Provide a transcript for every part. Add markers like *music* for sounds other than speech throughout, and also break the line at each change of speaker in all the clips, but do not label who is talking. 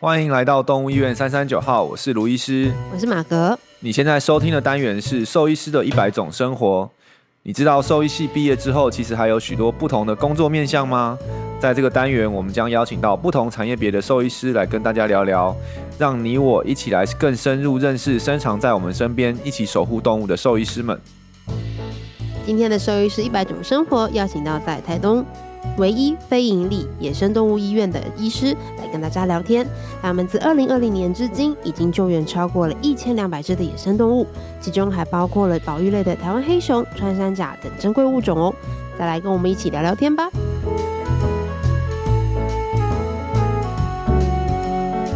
欢迎来到动物医院三三九号，我是卢医师。
我是马格，
你现在收听的单元是兽医师的一百种生活。你知道兽医系毕业之后，其实还有许多不同的工作面向吗？在这个单元，我们将邀请到不同产业别的兽医师来跟大家聊聊，让你我一起来更深入认识深藏在我们身边、一起守护动物的兽医师们。
今天的兽医师一百种生活邀请到在台东唯一非营利野生动物医院的医师来跟大家聊天。他们自二零二零年至今已经救援超过了一千两百只的野生动物，其中还包括了保育类的台湾黑熊、穿山甲等珍贵物种哦。再来跟我们一起聊聊天吧。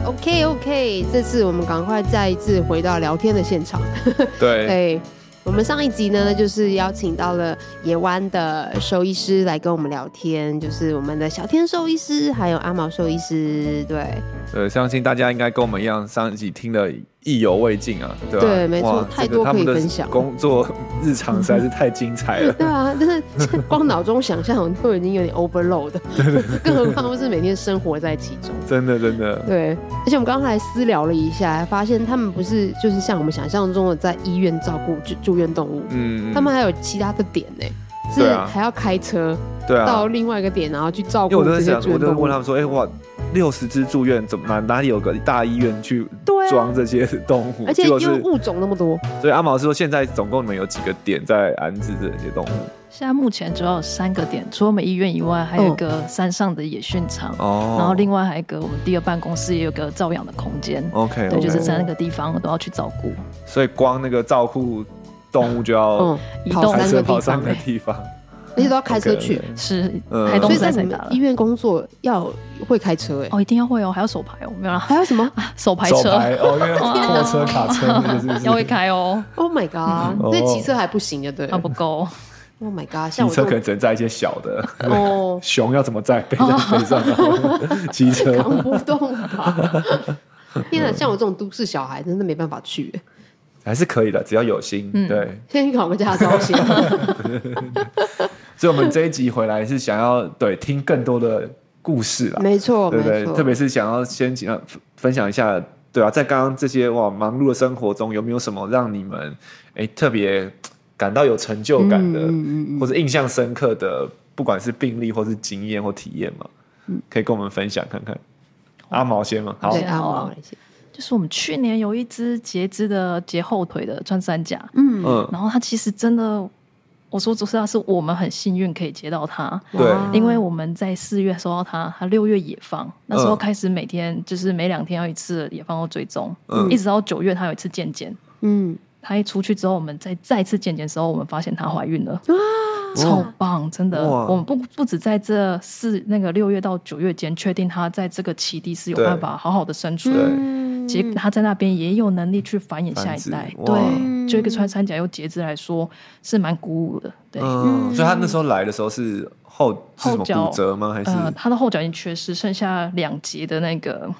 OK OK，这次我们赶快再一次回到聊天的现场。
对
对，我们上一集呢，就是邀请到了野湾的兽医师来跟我们聊天，就是我们的小天兽医师，还有阿毛兽医师，对
呃，相信大家应该跟我们一样，上一集听了意犹未尽啊，对吧、
对没错
哇
太
这个
多
他们
可以
的
分享
工作日常实在是太精彩
*laughs*。
了 *laughs*
对啊，但是光脑中想象我都已经有点 overload，更何况是每天生活在其中。
真的，真的，
对，而且我们刚才私聊了一下，还发现他们不是就是像我们想象中的在医院照顾住住院动物，
嗯，
他们还有其他的点呢、
对
是
啊
还要开车
对
到
啊，
另外一个点，然后去照
因为
顾
我真
这
的
些
想，
住
我
院
就
动物
问。他们说，哎、哇，六十只住院怎么哪哪里有个大医院去
对啊
装这些 *laughs* 动物？
而且
结
又
果是，
物种那么多，
所以阿毛是说，现在总共你们有几个点在安置这些动物？
现在目前主要有三个点，除了我们医院以外，还
哦
有一个山上的野训场，
哦，
然后另外还有一个我们第二办公室也有个照养的空间。
OK，
对，
哦
OK
就是三个地方我都要去照顾。
所以光那个照顾动物就要
嗯，
移
跑
动
开
三
车
个
哦跑
地
三
方
个，地方，
而且都要 *laughs* 开车
OK，OK
去。
是
嗯
台
所
东
以在
在
你
才
们
打了
医。院工作要会开车哎，
哦，一定要会哦，还有手牌哦，没有啦，
还有什么
手牌
手
车
牌哦，因为
*laughs*
拖车、卡车那个是不
要会
是？
开哦，
？Oh my god，
哦
那骑车还不行就对了
啊。不够，
Oh my god，像
骑
我
车
这
可能
种
只能载一些小的，， *laughs*
哦
熊要怎么载？背
*laughs*
在背上 *laughs* 啊，骑车。
扛不动吧？天哪，像我这种都市小孩，真的没办法去 *laughs* 欸。
还是可以的，只要有心。
嗯
对，
先考个驾照
*laughs*
先。
所以我们这一集回来是想要对听更多的故事啦，
没错，
对不
没
对？
错，
特别是想要先讲呃分分享一下，对啊，在刚刚这些哇忙碌的生活中，有没有什么让你们哎特别感到有成就感的，
嗯嗯嗯
或者印象深刻的，不管是病例或是经验或体验嘛，可以跟我们分享看看。阿毛先嘛，好
嗯嗯，对，
好
阿
好
毛
啊
那些，
就是我们去年有一只截肢的截后腿的穿山甲，
嗯，
嗯，
然后它其实真的，我说主实话是我们很幸运可以截到它，
对
哇
因为我们在四月收到它，它六月野放，那时候开始每天就是每两天要一次野放后追踪，
嗯
一直到九月它有一次健检，
嗯，
它一出去之后，我们再再次健检的时候，我们发现它怀孕了，超棒，真的，
哇
我们不不止在这四那个六月到九月间确定它在这个栖地是有
对
办法好好的生存
对
的。
嗯
结他在那边也有能力去繁衍下一代
繁殖，
哇
对，就一个穿山甲用截肢来说是蛮鼓舞的，对。
嗯，所以他那时候来的时候是后是什么
后脚
骨折吗？还是、
呃，他的后脚已经缺失，剩下两节的那个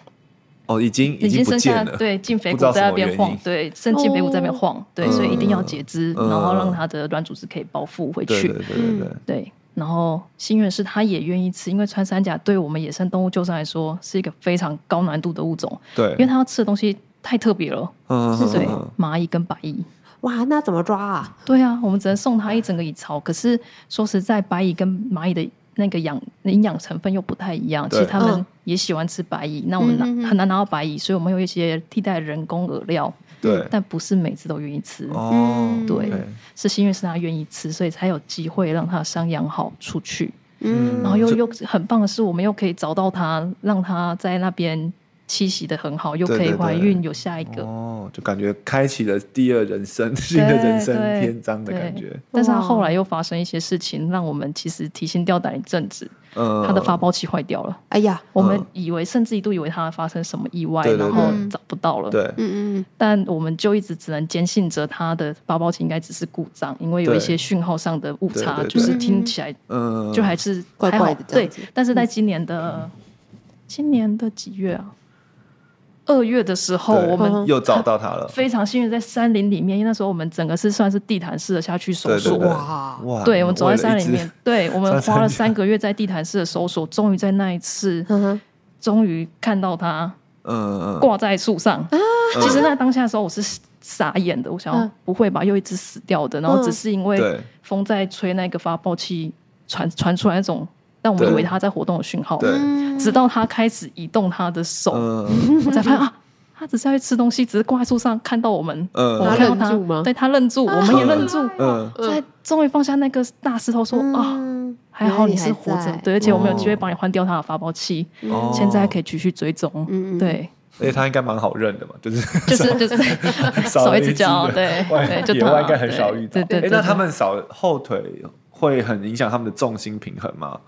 哦，已经已经
经
不
剩
见
下
了？
对进腓
不
骨
知道
在
什
那
么
边
原
晃
因，
对，伸进腓骨在那边晃，对，所以一定要截肢，
嗯
然后让他的软组织可以包覆回
对
去，
对对对对，
对然后幸运是他也愿意吃，因为穿山甲对我们野生动物救伤来说是一个非常高难度的物种，
嗯
对，
因为它要吃的东西太特别了，
嗯
是
对
谁
嗯，
蚂蚁跟白蚁。
哇，那怎么抓啊？
对啊，我们只能送他一整个蚁巢。可是说实在，白蚁跟蚂蚁的那个养营养成分又不太一样，其
对
实他
嗯
们也喜欢吃白蚁，那我们拿、
嗯嗯嗯
很难拿到白蚁，所以我们有一些替代人工饵料，
对，
但不是每次都愿意吃。
哦，
嗯
对
OK
是因为是他愿意吃，所以才有机会让他伤养好出去。
嗯
然后又
就
又很棒的是，我们又可以找到他，让他在那边栖息的很好，又可
对
以
对
怀
对
孕，有下一个。
哦，就感觉开启了第二人生新的人生
对
篇章的
对
感觉。
但是他
哇
后来又发生一些事情，让我们其实提心吊胆一阵子。
嗯，
他的发包器坏掉了，
哎呀，
我们以为甚至一度以为他发生什么意外，
对对
然后
对
找不到了。
对，
嗯嗯
但我们就一直只能坚信着他的发包器应该只是故障，因为有
对
一些讯号上的误差，
对对对
就是听起来
嗯，
就还是
怪
还好
怪的这样
对
子，
但是在今年的、今年的几月啊？二月的时候，
对
我们
嗯
又找到他了。
非常幸运在山林里面，因为那时候我们整个是算是地毯式的下去搜
对
索
对。对，
哇
哇
对，我们走在山里，
为了一
面
只，
对我
山
们
山
花了
羊
三个月在地毯式的搜索，终于在那一次
嗯，嗯哼
终于看到它，
*laughs* 嗯嗯嗯，
挂在树上。
嗯
其实那当下的时候我是傻眼的，我想
啊嗯
要不会吧，又一只死掉的，然后
嗯
只是因为
对
风在吹那个发报器传传出来那种让我
对
以为它在活动的讯号，
对
嗯
直到它开始移动它的手，
嗯
我才发现啊。它只是要去吃东西，只是挂在树上看到我们，
嗯
我
它
看到
愣
它
住吗啊
对，它愣住，我们也愣住，
嗯
嗯
才终于放下那个大石头，说啊，
嗯
还好你是活
原来
着
还，在
对，而且我们有
哦
机会帮你换掉它的发报器，
嗯哦
现在可以继续追踪，
嗯嗯
对，
而且他应该蛮好认的嘛，就是
就
*laughs*
是就是 *laughs* 少一只脚，对对，就
野
它
*laughs* 外应该很少遇到。
对对
诶
对。
那
对
他们少后腿会很影响他们的重心平衡吗？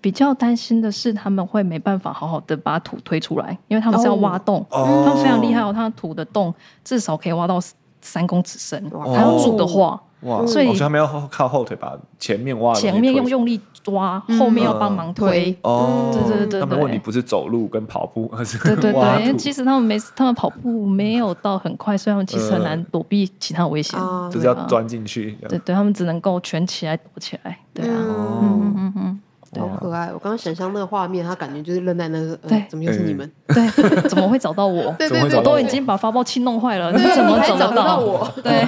比较担心的是，他们会没办法好好的把土推出来，因为他们是要挖洞，
哦
他们非常厉害哦，他的土的洞至少可以挖到三公尺深，
哇
他要住的话，
哇，
所以
哦、他们要靠后腿把前面
哦
挖的东西
前面用
推出
用力抓，
嗯
后面要帮忙推
推。
哦，
对对对对
他们问题不是走路跟跑步， *laughs* 而是
对对
挖
对，因为
土。
其实他们没他们跑步没有到很快，所以他们其实很难
呃
躲避其他危险。
啊
就是要钻进去，
对嗯对，他们只能够卷起来躲起来。对啊，
哦
嗯嗯嗯， *laughs* 对
好
啊，
可爱！我刚刚想象那个画面，他感觉就是愣在那个，呃
对
怎么又是
哎
你们？
对，怎么会找到我？
对
怎么
对
会
对，
找
我
到
都
我
已经把发报器弄坏了， *laughs* 你
对
怎么
还
找
找得到
到？
我？
对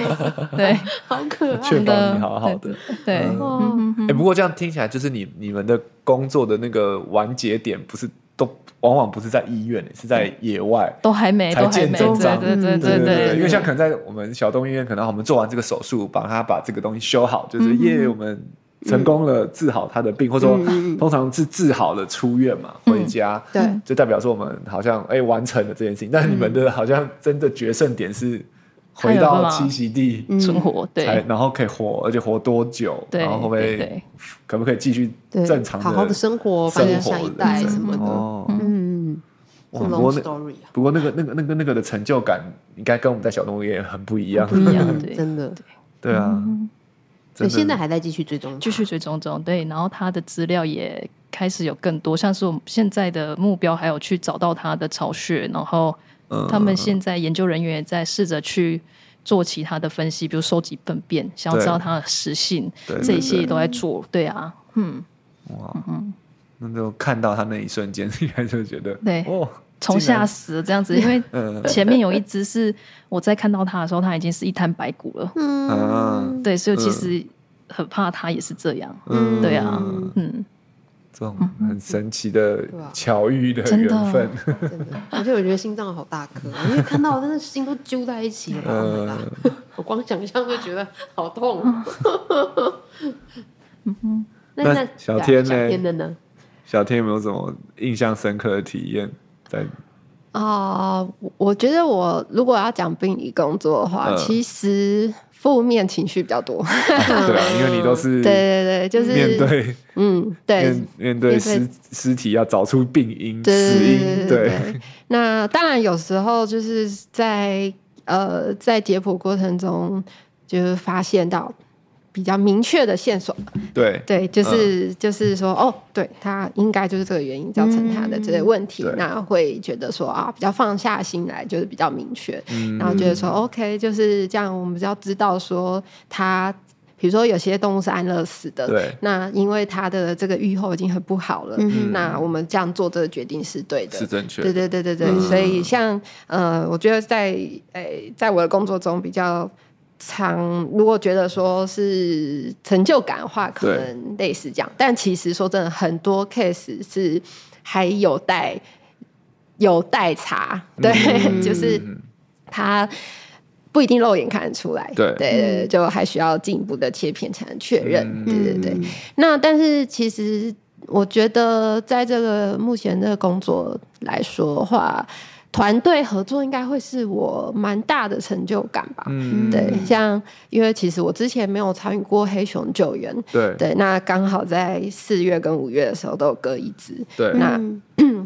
对
*laughs* 好可爱！
确
真的
保你好好的。
对，
*laughs*
嗯
嗯
哦
嗯
哎、
嗯
不过这样听起来，就是你你们的工作的那个完结点，不是都往往不是在医院，是在野外。
都还没，
才
都还
见
没，
真章
对对对
嗯
对
对
对，
对，
因为像可能在我们小东医院，可能我们做完这个手术，帮他把这个东西修好，就是
嗯
耶，我们成功了治好他的病，或者
嗯
说通常是治好了出院嘛，
嗯
回家。
对，
就代表说我们好像哎、完成了这件事情，但你们的好像真的决胜点是回
还有
到
办法
栖息地
嗯
存活，
才
对
然后可以活，而且活多久，
对
然后会不
对
会
对，
可不可以继续
对，
正常
好好的生活，发
生
展
活
下一代
这样
什么的，
哦，
嗯，
哇
是
不
long
过那
story 啊，
不过那个那个那个那个的成就感，应该跟我们在小动物园很不一样
不。一样
嗯
对
真的。
对啊，
嗯
真
所以
的
现在还在继续追踪它，
继续追踪中，对，然后他的资料也开始有更多，像是我们现在的目标，还有去找到他的巢穴，然后
嗯
他们现在研究人员也在试着去。做其他的分析，比如收集粪便，想要
对
知道它的食性，
对
这
对
一些也
对
都在做。对啊，嗯，
那就看到他那一瞬间，应该就觉得
对
哦，
从
竟然
吓死这样子，因为
嗯
前面有一只是我在看到它的时候，它已经是一滩白骨了。
啊
嗯，
对，所以其实很怕它也是这样。
嗯
对啊，嗯，
这种很神奇的
啊
巧遇的
真的
缘分，
真的。而且我觉得心脏好大颗，因为看到那个心都揪在一起了 Oh
呃
my god，我光想象就觉得好痛。
嗯
*laughs* 那
那
那
小天呢
小天的呢？
小天有没有什么印象深刻的体验？在
啊、我我觉得我如果要讲殡仪工作的话，
嗯
其实负面情绪比较多。 *laughs*
对啊，因为你都是
对对对，就是
面对
嗯，对
面面对
面对
尸尸体要找出病因
对
死
对
因，
对对对。那当然有时候就是在呃在解剖过程中，就是发现到比较明确的线索，
对
对，就是、
嗯
就是说，哦，对他应该就是这个原因造成他的这些问
嗯
题，
对
那会觉得说啊，比较放下心来，就是比较明确，
嗯
然后觉得说，OK，就是这样，我们比较知道说他。比如说，有些动物是安乐死的
对，
那因为它的这个愈后已经很不好了，那我们这样做这个决定是对的，
是正确的
对对对对对，所以像呃，我觉得在诶、
嗯
在我的工作中比较常，如果觉得说是成就感的话，可
对
能类似这样。但其实说真的，很多 case 是还有待有待查，对， *laughs* 就是
嗯
他。不一定肉眼看得出来，
对
对对，就还需要进一步的切片才能确认，
嗯
对对对。
嗯
那但是其实我觉得，在这个目前的工作来说的话，团队合作应该会是我蛮大的成就感吧。
嗯
对，像因为其实我之前没有参与过黑熊救援，
对
对，那刚好在四月跟五月的时候都有各一只，
嗯
对
那、嗯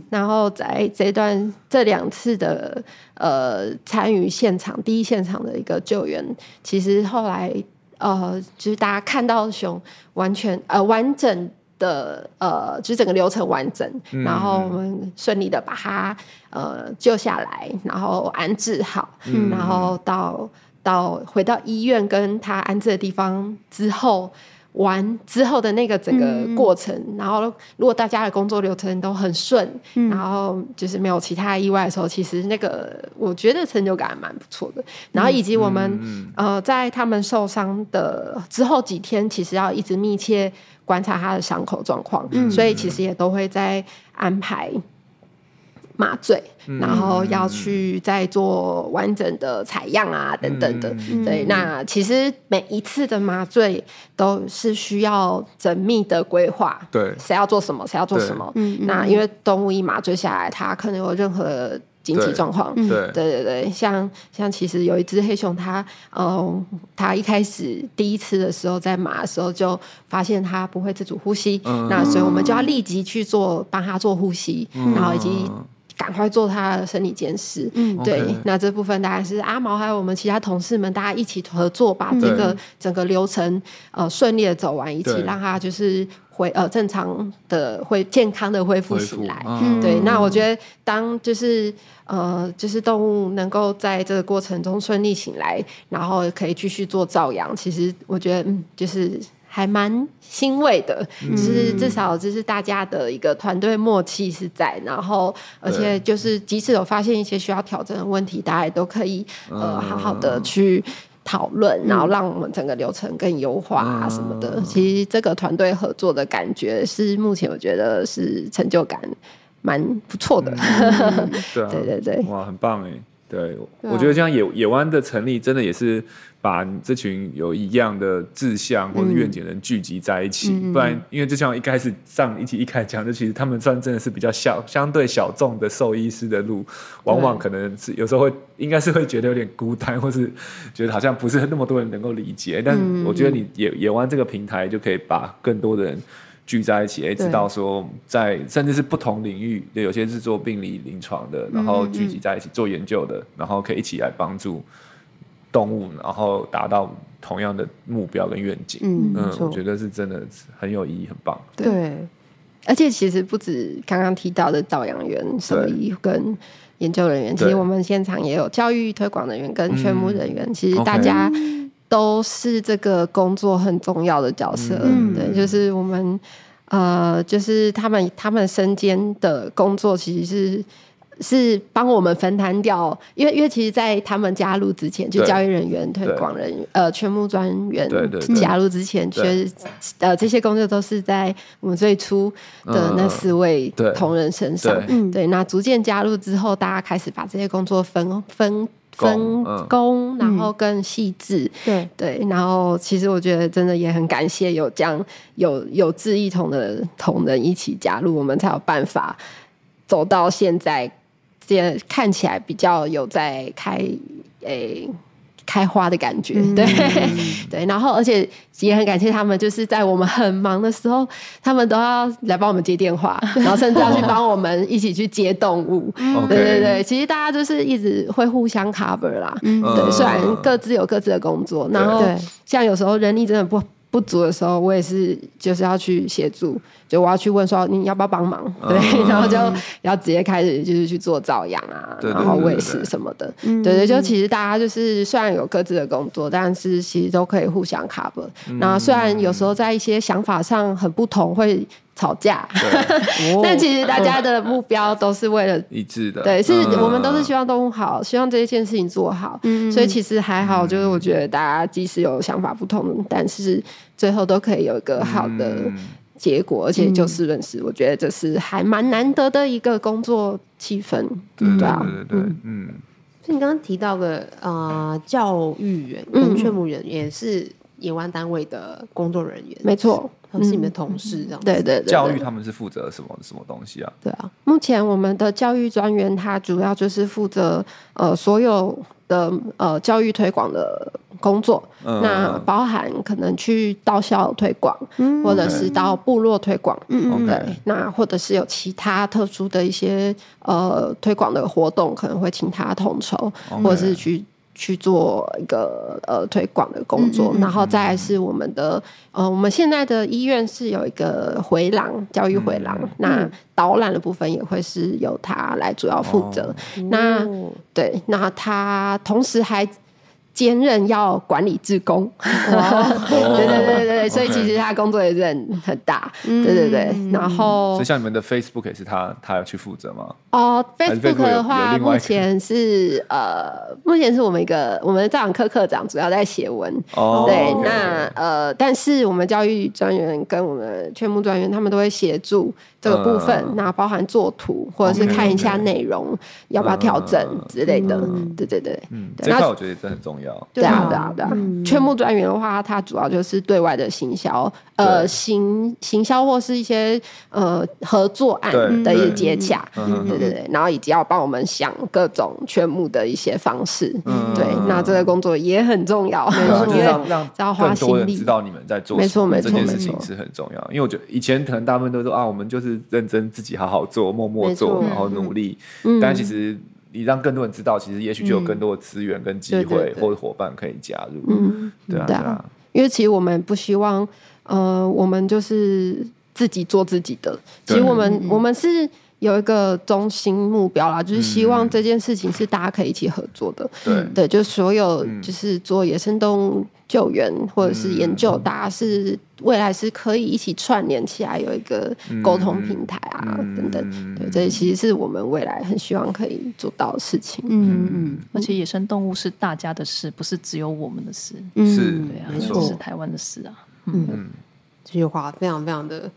然后在这段这两次的呃参与现场第一现场的一个救援，其实后来呃就是大家看到熊完全呃完整。的呃，就是整个流程完整，然后我们顺利的把它呃救下来，然后安置好，然后到到回到医院跟他安置的地方之后，完之后的那个整个
嗯嗯
过程，然后如果大家的工作流程都很顺，
嗯
然后就是没有其他意外的时候，其实那个我觉得成就感还蛮不错的。然后以及我们、
嗯
呃，在他们受伤的之后几天，其实要一直密切观察他的伤口状况，
嗯
所以其实也都会在安排麻醉，
嗯
然后要去再做完整的采样啊等等的。
嗯
对，那其实每一次的麻醉都是需要缜密的规划，
对
谁要做什么，谁要做
对
什么。
嗯
那因为动物一麻醉下来，它可能有任何紧急
对
状况，
嗯
对
对对对，像像其实有一只黑熊它，嗯，它一开始第一次的时候在麻的时候就发现它不会自主呼吸，
嗯
那所以我们就要立即去做帮它做呼吸，
嗯
然后以及赶快做它的生理监视。
嗯
对
OK
那这部分当然是阿毛还有我们其他同事们，大家一起合作把
嗯
这个整个流程呃顺利的走完，一起
对
让它就是恢呃正常的恢健康的恢复
恢
起
复
来。
嗯
对，那我觉得当就是呃，就是动物能够在这个过程中顺利醒来，然后可以继续做照养，其实我觉得嗯，就是还蛮欣慰的，
嗯
就是至少就是大家的一个团队默契是在，然后而且就是即使有发现一些需要调整的问题，大家也都可以呃
嗯
好好的去。讨论，然后让我们整个流程更优化啊什么的。
嗯
其实这个团队合作的感觉是目前我觉得是成就感蛮不错的。
对啊
*laughs* 对对对，
哇，很棒哎！对，
对啊
我觉得这样野野湾的成立，真的也是把你这群有一样的志向
嗯
或者愿景的人聚集在一起，
嗯嗯
不然因为就像一开始上一期一开始讲，就其实他们算真的是比较小相对小众的兽医师的路，往往可能是有时候会应该是会觉得有点孤单，或是觉得好像不是那么多人能够理解。但
嗯嗯
我觉得你野野湾这个平台就可以把更多的人。聚在一起，哎，
对
知道说在甚至是不同领域，对，有些是做病理临床的，然后聚集在一起做研究的，然后可以一起来帮助动物，然后达到同样的目标跟愿景。
嗯，
嗯
没，错
我觉得是真的是很有意义，很棒。
对，
而且其实不止刚刚提到的导养员、兽医跟研究人员，
对嗯
其实我们现场也有教育推广人员跟宣牧人员，其实
OK
大家都是这个工作很重要的角色。
嗯
对，就是我们呃，就是他们他们身兼的工作其实是。是帮我们分摊掉，因为因为其实，在他们加入之前，就
对
教育人员、推
对
广人员、呃，全牧专员
对对对
加入之前，其
对
实呃，这些工作都是在我们最初的那四位
嗯对
同仁身上。
对
嗯
对，那逐渐加入之后，大家开始把这些工作分分分
工嗯
嗯
工，然后更细致。
对，
对，然后其实我觉得真的也很感谢有这样有有志一同的同仁一起加入，我们才有办法走到现在，这样看起来比较有在开诶、开花的感觉。
嗯
对 *laughs* 对，然后而且也很感谢他们，就是在我们很忙的时候，他们都要来帮我们接电话，然后甚至要去帮我们一起去接动物。
嗯
OK
对对对，其实大家就是一直会互相 cover 啦。
嗯
嗯
对，虽然各自有各自的工作，然后
对
像有时候人力真的不不足的时候，我也是就是要去协助，就我要去问说你要不要帮忙，对， *laughs*
嗯
然后就要直接开始就是去做照养啊，
对对
然后
对对
喂
对
食什么的，
嗯
对对，就其实大家就是虽然有各自的工作，但是其实都可以互相 cover。那
嗯
虽然有时候在一些想法上很不同会吵架，
*laughs*
哦
但其实大家的目标都是为了
一致的，
对，是
嗯
我们都是希望动物好，希望这件事情做好。
嗯
所以其实还好，就是我觉得大家即使有想法不同，但是最后都可以有一个好的
嗯
结果，而且就
嗯
事论事，我觉得这是还蛮难得的一个工作气氛。
对对
对啊
对对对，嗯，
所以你刚刚提到的呃，教育人
嗯
跟劝募人也是野湾单位的工作人员，
没错，嗯
他们是你们的同事这样子。
对对对对，
教育他们是负责什么什么东西啊？
对啊，
目前我们的教育专员他主要就是负责呃所有的呃教育推广的工作，
嗯
那包含可能去到校推广，或者是到部落推广，
嗯
嗯
对
OK，
那或者是有其他特殊的一些呃推广的活动，可能会请他统筹
OK
或者是去。去做一个呃推广的工作，
嗯嗯嗯
然后再来是我们的呃，我们现在的医院是有一个回廊教育回廊，
嗯
那导览的部分也会是由他来主要负责。
哦
那
哦
对，那他同时还兼任要管理志工， *laughs*
哦
对对对对对，所以其实他工作也是很很大，对对对。
嗯
然后
所以像你们的 Facebook 也是他他要去负责吗？
哦
还是
，Facebook
Facebook 有有
的
另
话，
外一个
目前是呃，目前是我们一个我们的教养科科长主要在写文，
哦
对
OK，OK，
那呃，但是我们教育专员跟我们劝募专员他们都会协助这个部分
嗯，
那、包含作图或者是看一下
OK，OK
内容要不要调整
嗯
之类的，
嗯
对对对。
嗯，
对
这
那
块我觉得真的很重要。
对啊，
对
对
啊
啊，对啊
嗯。
劝募专员的话，它主要就是对外的行销，呃，
对
行行销或是一些呃合作案
对
的一些
对
接洽，
嗯
对对对，然后以及要帮我们想各种劝募的一些方式，
嗯
对，那这个工作也很重要，
对啊，
因
就是
为
让让
要花
更多人
心力
知道你们在做
没
什
错
么，
没
这
错
件
没
事情
错
是很重要。因为我觉得以前可能大部分都说啊，我们就是认真自己好好做，默默
没
做，
错
然后努力。
嗯
但其实你让更多人知道，其实也许就有更多的资源跟机
对对
会
对
或者伙伴可以加入。
嗯，
对啊，对
对啊
啊，
因为其实我们不希望，呃，我们就是自己做自己的。其实
对
我
嗯
们我们是有一个中心目标啦，就是希
嗯
望这件事情是大家可以一起合作的。
对。
对，就所有
嗯
就是做野生动物救援或者是研究，
嗯
大家是未来是可以一起串联起来，有一个沟通平台啊、
嗯
等
嗯
等。对，这其实是我们未来很希望可以做到的事情。
嗯
而且野生动物是大家的事，不是只有我们的事。
嗯
是
嗯
对啊，
没
没
这
错
是
错，
台湾的事啊。
嗯，这句话非常非常的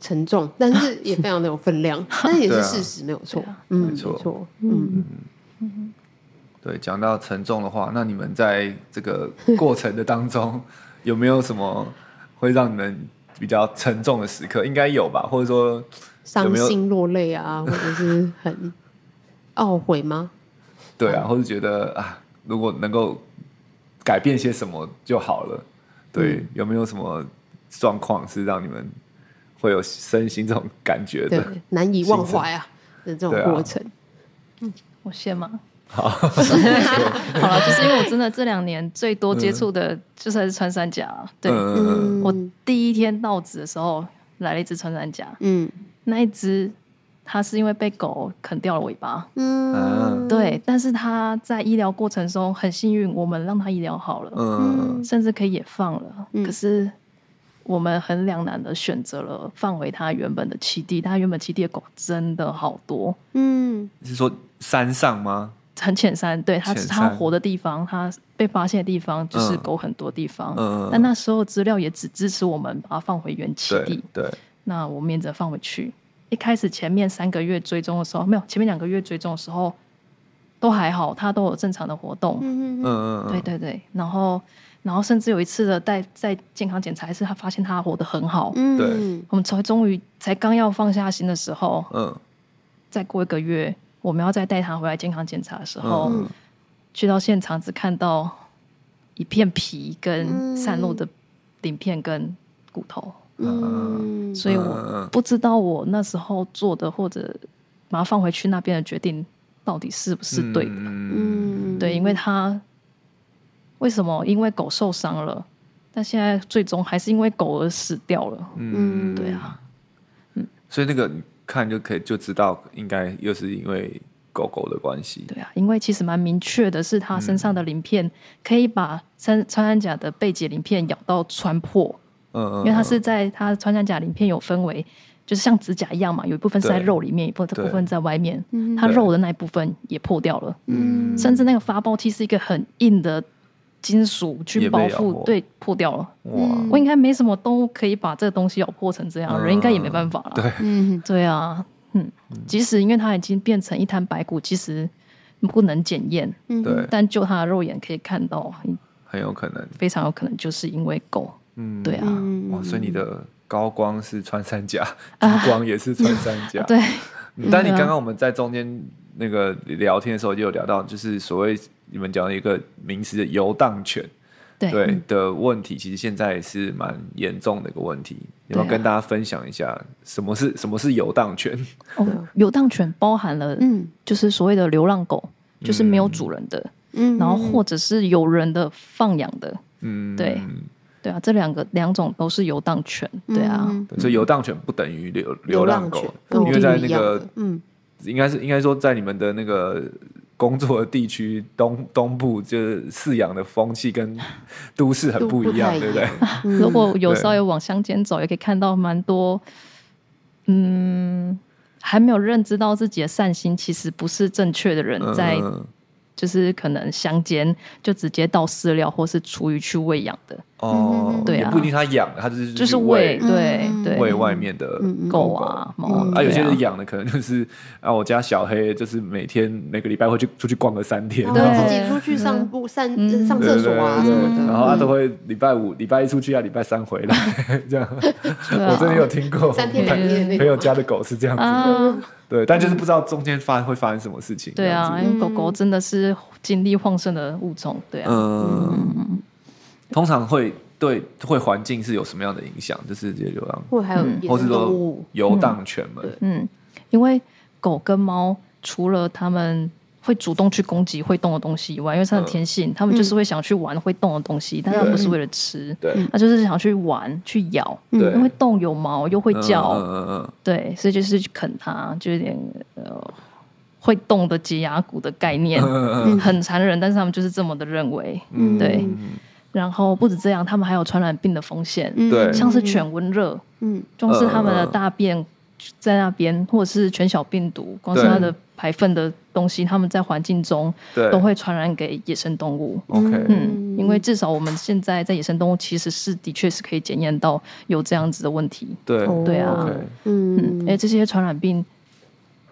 沉重，但
*laughs*
是也非常的有分量，但是也是事实，没有错
对啊，
嗯，没
没错
错，嗯，
对，讲到沉重的话，那你们在这个过程的当中， *laughs* 有没有什么会让你们比较沉重的时刻？应该有吧，或者说，有
伤
没有
心落泪啊，或者是很懊悔吗？
对啊，或者觉得啊，如果能够改变些什么就好了。对，有没有什么状况是让你们会有身心这种感觉
对
的？，
难以忘怀啊的这种
对啊
过程，
我先吗？好，好了，就是因为我真的这两年最多接触的就是还是穿山甲啊、
*laughs*
对、
嗯，
我第一天到职的时候，来了一只穿山甲，
嗯
那一只它是因为被狗啃掉了尾巴，
啊
嗯，
对，但是它在医疗过程中很幸运，我们让它医疗好了，
嗯
甚至可以也放了，
嗯
可是。我们很两难的选择了放回它原本的栖地，它原本栖地的狗真的好多，
嗯
是说山上吗？
很浅山，对它
浅山
它活的地方，它被发现的地方就是狗很多地方。
嗯
但那时候资料也只支持我们把它放回原栖
对
地，
对，
那我们也只能放回去。一开始前面三个月追踪的时候，没有，前面两个月追踪的时候都还好，它都有正常的活动。
嗯
嗯嗯
对
嗯，
对对，然后然后甚至有一次的带在健康检查，是他发现它活得很好。
嗯，
对
我们才终于才刚要放下心的时候，
嗯
再过一个月，我们要再带它回来健康检查的时候，
嗯
去到现场只看到一片皮跟散落的鳞片跟骨头，
嗯，
所以我
嗯
不知道我那时候做的或者把它放回去那边的决定到底是不是对的。
嗯
嗯，
对，因为它为什么？因为狗受伤了，但现在最终还是因为狗而死掉了。
嗯
对啊，
所以那个你看就可以就知道，应该又是因为狗狗的关系。
对啊，因为其实蛮明确的是，它身上
嗯
的鳞片可以把穿穿山甲的背脊鳞片咬到穿破。
嗯嗯，
因为它是在它穿山甲鳞片有分为，就是像指甲一样嘛，有一部分是在
对
肉里面，一部
对
部分在外面
嗯。
它肉的那一部分也破掉了，
嗯
甚至那个发泡器是一个很硬的金属去
也被
包
咬
覆
破，
对，破掉了。
嗯哇，
我应该没什么动物可以把这个东西咬破成这样，
嗯
人应该也没办法了。
对
嗯
对啊，嗯，即使因为它已经变成一滩白骨，其实不能检验，
嗯，
对，
但就它的肉眼可以看到，
很有可能。
非常有可能就是因为狗。
嗯，
对啊，
嗯
哇，所以你的高光是穿山
*laughs*
甲，低光也是穿山甲。
对，
嗯，但你刚刚我们在中间那个聊天的时候，就有聊到，就是所谓你们讲的一个名词的游荡犬，
对
对的问题，其实现在是蛮严重的一个问题。有没有
对啊
跟大家分享一下什么是什么是游荡犬？
哦，游荡犬包含了，
嗯
就是所谓的流浪狗，就是没有主人的，
嗯，
然后或者是有人的放养的，
嗯，
对对啊，这两个两种都是游荡犬，对
嗯
啊，
对所以游荡犬不等于流
流
浪
浪
狗
犬，
因为在那个
嗯
应该是应该说在你们的那个工作的地区东东部，就是饲养的风气跟都市很
都
不
不
一样，
太
对不
一
对
样？嗯
如果有
对
稍微往乡间走，也可以看到蛮多，嗯，还没有认知到自己的善心其实不是正确的人
嗯
在，
嗯
就是可能乡间就直接倒饲料或是厨余去喂养的，
哦，
对
也
啊
不一定他养的，他就是
就
去
是喂，
嗯
对
嗯
对，
喂外面的
嗯嗯
狗
狗啊
狗
猫啊
嗯啊，
对
有些
啊
人养的可能就是啊，我家小黑就是每天每个礼拜会去出去逛个三天，
然
然
后
后
自
对
己出去散步、散
嗯
上
对
哦厕
对
所啊
对
什
对
么的，
然后他都
嗯
会礼拜五、礼拜一出去啊，礼拜三回来， *laughs* 这样。
对啊
我真的有听过，
三天两夜那
朋
个
友
吗
家的狗是这样子的，
啊，
*laughs* 对，但就是不知道中间发会发生什么事情。
对啊，
这样子
因为狗
嗯
狗真的是精力旺盛的物种，对啊，
嗯，通常会对会环境是有什么样的影响？就是这些流浪，
或还有
嗯
野
或是
生动
说
物，
游荡犬们，
嗯，因为狗跟猫除了它们会主动去攻击会动的东西以外，因为它的
嗯
天性，它们就是会想去玩会动的东西，但它不是为了吃，
对
它就是想去玩去咬，
嗯
对，
因为动有毛又会
嗯
叫，
嗯嗯
对，所以就是去啃它，就有点呃会动的解牙骨的概念，
嗯嗯
嗯
很残忍，但是他们就是这么的认为。
嗯，
对
嗯
然后不止这样，他们还有传染病的风险，
嗯
对
像是犬瘟热，
嗯
光是他们
嗯
的
嗯嗯
大便在那边，或者是犬小病毒，光是
对
它的排粪的东西，他们在环境中
对，
都会传染给野生动物。
OK，
嗯，因为至少我们现在在野生动物其实是的确是可以检验到有这样子的问题。
对
对啊
，OK，
嗯
嗯，哎，这些传染病，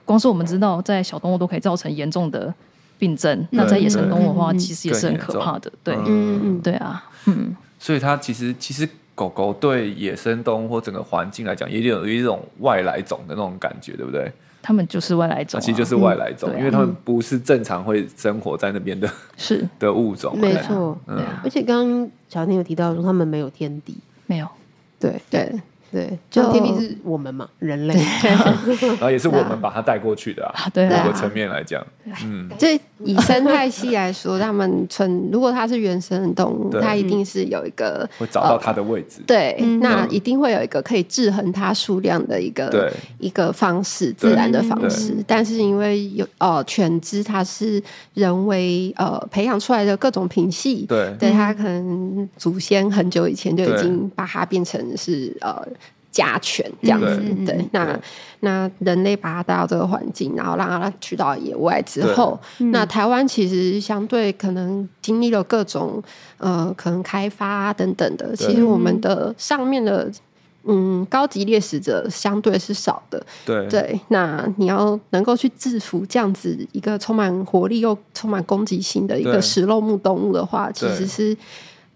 光是我们知道在小动物都可以造成严重的病症，那在野生动物的话，
嗯嗯嗯
其实也是很可怕的。对
更，严重
嗯嗯
对啊，嗯，
所以它其实其实狗狗对野生动物或整个环境来讲，也有有一种外来种的那种感觉，对不对？
他们就是外来
它
种啊，
其实就是外来种
嗯，对啊
因为它们不是正常会生活在那边的
是
的物种，
没
对啊
错，
嗯
对啊
而且刚刚小天有提到说他们没有天敌，
没有。
对
嗯
对，
哦
对，
就
就天敌是我们嘛，人
*laughs*
类，
然后也是我们把它带过去的啊。
对
某
啊
个，层面来讲，嗯，
就以生态系来说，它们存如果它是原生的动物，
对
它一定是有一个
会找到它的位置。
对，
嗯
那一定会有一个可以制衡它数量的一
对
个一个方式，自然的方式
对。
但是因为有呃犬只，它是人为呃培养出来的各种品系，
对
对
嗯
它可能祖先很久以前就
对
已经把它变成是呃。家犬这样子，
嗯
对
嗯，
那那人类把它带到这个环境，然后让它去到野外之后，
嗯
那台湾其实相对可能经历了各种呃，可能开发、啊、等等的，
对
其实我
嗯
们的上面的嗯高级猎食者相对是少的。
对
对，那你要能够去制服这样子一个充满活力又充满攻击性的一
对
个食肉目动物的话，其
对
实是。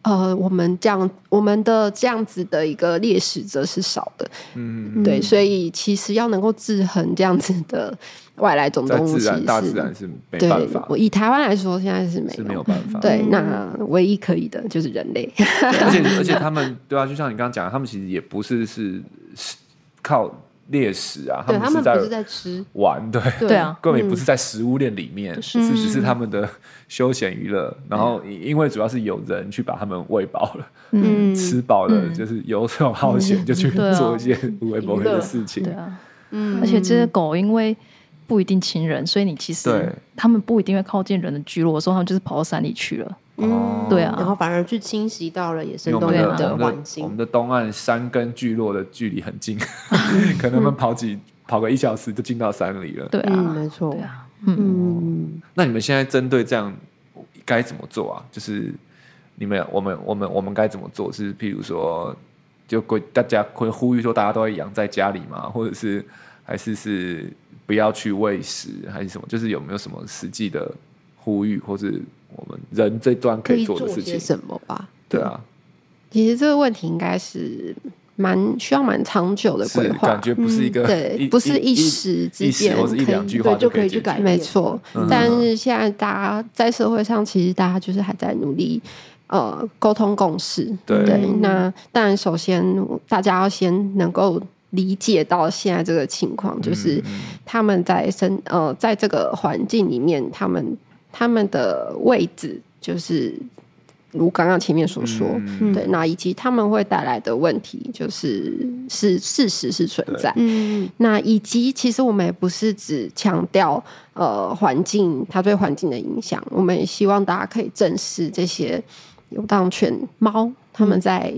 呃，我们这样，我们的这样子的一个猎食者是少的，
嗯，
对，所以其实要能够制衡这样子的外来种
在
动物，
自
其实
然大自然是没
对
办法，
我以台湾来说，现在是没
是
有，
没有办法。嗯
对，那唯一可以的就是人类。
*laughs* 而且而且他们对啊，就像你刚刚讲的，他们其实也不是是是靠猎食啊，
对他
们
们
是
不是在吃，
玩，对。
对啊，
*laughs* 根本也不是在食物链里面，是
嗯
只是他们的休闲娱乐。然后因因为主要是有人去把他们喂饱了，
嗯
吃饱了，
嗯
就是游手好闲，就去
对啊
做一些无微不微的事情
对。啊，
嗯
而且这些狗因为不一定亲人，所以你其
对
实它们不一定会靠近人的聚落的时候，它们就是跑到山里去了。
哦
对啊
然后反而去侵袭到了野
因
生
为我
动物
们的
对啊
我们
的
的
环
我们
境，
的东岸山跟聚落的距离很近，可能他们跑几跑个一小时就进到山里了。
对
嗯，
啊，
没错
对，啊，嗯，
嗯，
那你们现在针对这样该怎么做啊？就是你们我们我们我们该怎么做？是譬如说，就规大家会呼吁说大家都要养在家里嘛，或者是还是是不要去喂食，还是什么？就是有没有什么实际的呼吁，或是我们人这段可以做的事
些
情？
什么吧？
对啊，
其实这个问题应该是蛮需要蛮长久的
是
规划，嗯
感觉不是一个、
对不是一时之
一时
间
或是一
可以
两句
对
话
就
可
可以
以
去
解决
改变，
没错
嗯。
但是现在大家在社会上，其实大家就是还在努力。呃，沟通共识，
对
那当然，首先大家要先能够理解到现在这个情
嗯
况，就是他们在生呃，在这个环境里面，他们他们的位置就是如刚刚前面所说，
嗯
对，那以及他们会带来的问题，就是是事实是存在。
嗯
那以及其实我们也不是只强调呃环境它对环境的影响，我们也希望大家可以正视这些游荡犬猫它们在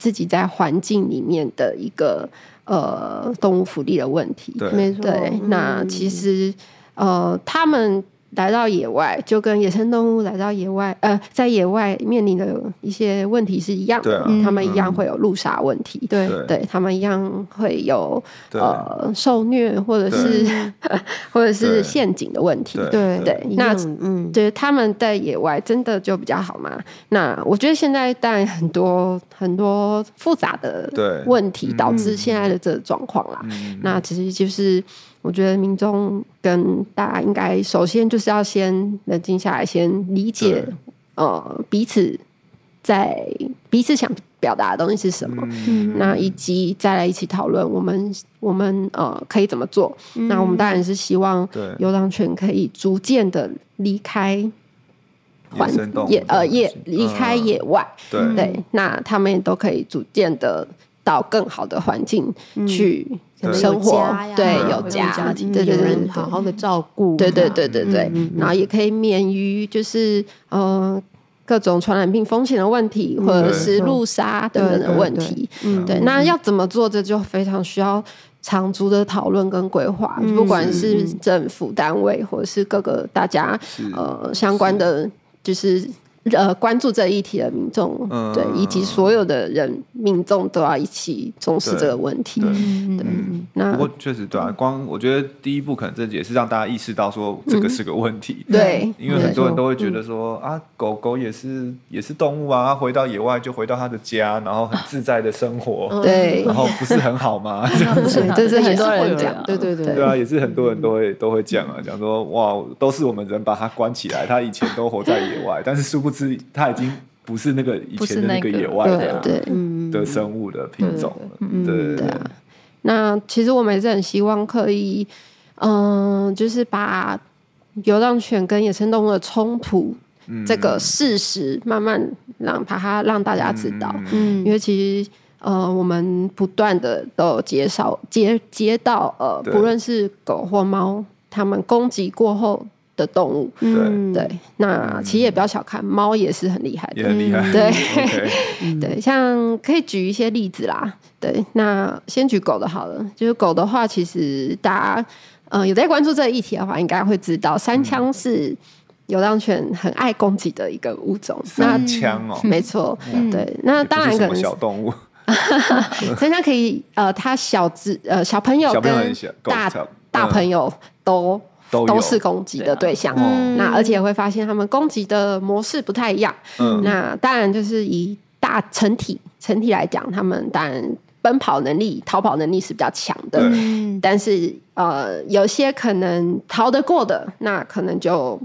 自己在环境里面的一个呃动物福利的问题。
对
没错。
对，那
嗯
其实呃，他们来到野外，就跟野生动物来到野外，呃，在野外面临的一些问题是一样
对
的
啊
嘛，他们
嗯
一样会有路杀问题，
对
对
对他们一样会有
对
呃受虐或者是 *laughs* 或者是陷阱的问题。
对
对
对
一
那
样嗯
对，他们在野外真的就比较好嘛？那我觉得现在当然很多很多复杂的
对
问题导致
嗯
现在的这个状况啦。
嗯
那其实就是我觉得民众跟大家应该首先就是要先冷静下来，先理解
对
呃彼此在彼此想表达的东西是什么。
嗯
那以及再来一起讨论，我们我们呃可以怎么做？
嗯
那我们当然是希望
对
游荡犬可以逐渐的离开环
野生动物
野呃
这种
野
东西
离开
嗯
野外，
对
嗯
对，那他们也都可以逐渐的到更好的环境去
可嗯能有
生活
家呀，
对，
嗯
有
回
归
家
家
庭，
庭
对对
有
对
人好好的照顾，
对对对对对
嗯嗯嗯，嗯
然后也可以免于就是呃各种传染病风险的问题，
嗯
或者
对
是路杀等等的问题。
嗯
对，那要怎么做，这就非常需要长足的讨论跟规划，
嗯
不管是
是
政府单位或者是各个大家
是
呃相关的就是。呃，关注这一议题的民众，
嗯
对，以及所有的人民众都要一起重视
对
这个问题。
对
嗯嗯嗯
那
不过确实对啊，光我觉得第一步可能这也是让大家意识到说这个是个问题，
对嗯
因为很多人都会觉得说啊，狗狗也是也是动物啊，它回到野外就回到它的家，然后很自在的生活，
对
然后不是很好
*laughs*
吗？
*laughs*
对这是很多人
嗯，
这样
对对对
对啊，也是很多人都会
嗯
都会讲啊，讲说哇，都是我们人把它关起来，它以前都活在野
*laughs*
外，但是殊不知它已经不是那个以前的那个
不是那个
野外
对
的
对，
嗯
的生物的品种了，对对
啊那其实我们也是很希望可以，嗯、就是把流浪犬跟野生动物的冲突、
嗯
这个事实，慢慢让把它让大家知道，
嗯
嗯
因为其实。呃，我们不断的都有接少接接到呃，
对
不论是狗或猫，它们攻击过后的动物，
嗯
对，啊那其实也不要小看猫，也是很厉害的
也，很厉 *laughs* 害，
嗯对
OK，
对，像可以举一些例子啦。对，那先举狗的好了。就是狗的话，其实大家呃有在关注这个议题的话，应该会知道三枪是游荡犬很爱攻击的一个物种。那
三枪哦，
没错，对。嗯那当然
也不是
可
什么
能
小动物，
三枪可以呃，它小只呃小朋友
小朋友
跟
很小，狗
大
小
大
嗯
朋友都
都有
都是攻击的对象。
哦
那而且会发现他们攻击的模式不太一样。
嗯
那当然就是以大整体整体来讲，他们当然奔跑能力、逃跑能力是比较强的，
对
嗯
但是呃，有些可能逃得过的，那可能就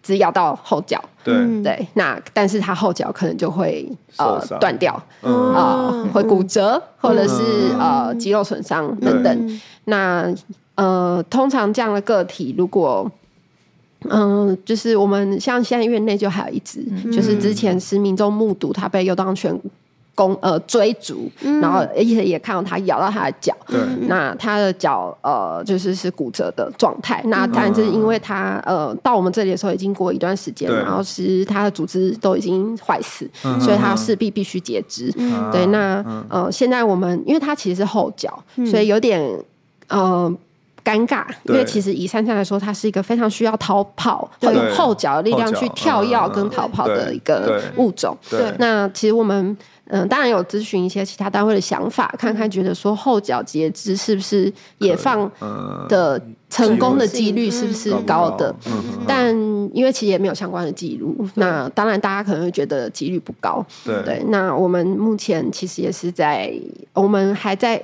只咬到后脚，
对，嗯
对，那但是他后脚可能就会呃
受伤
断掉
嗯
啊、呃
嗯
会骨折或者是、
嗯
呃肌肉损伤等等。
嗯
那呃，通常这样的个体，如果嗯、就是我们像现在院内就还有一只，
嗯
就是
嗯
之前是民众目睹它被游荡犬攻呃追逐，
嗯
然后而且也看到它咬到它的脚，
对
那它的脚呃就是是骨折的状态。
嗯
那当然是因为它呃到我们这里的时候已经过一段时间，
啊对
然后是它的组织都已经坏死，
嗯
所以它势必必须截肢。
嗯
对，那、
嗯
呃，现在我们因为它其实是后脚，所以有点呃尴尬，因
对
为其实以三项来说，它是一个非常需要逃跑，
对
会用后脚的力量
后脚
去跳跃
嗯
跟逃跑
对
的一个
对
物种。
对
那其实我们嗯、呃当然有咨询一些其他单位的想法，看看觉得说后脚截肢是不是野放
嗯
的成功的几率
嗯
是不是
高不
高的？
嗯哼
但因为其实也没有相关的记录，那当然大家可能会觉得几率不高。
对
对，那我们目前其实也是在，我们还在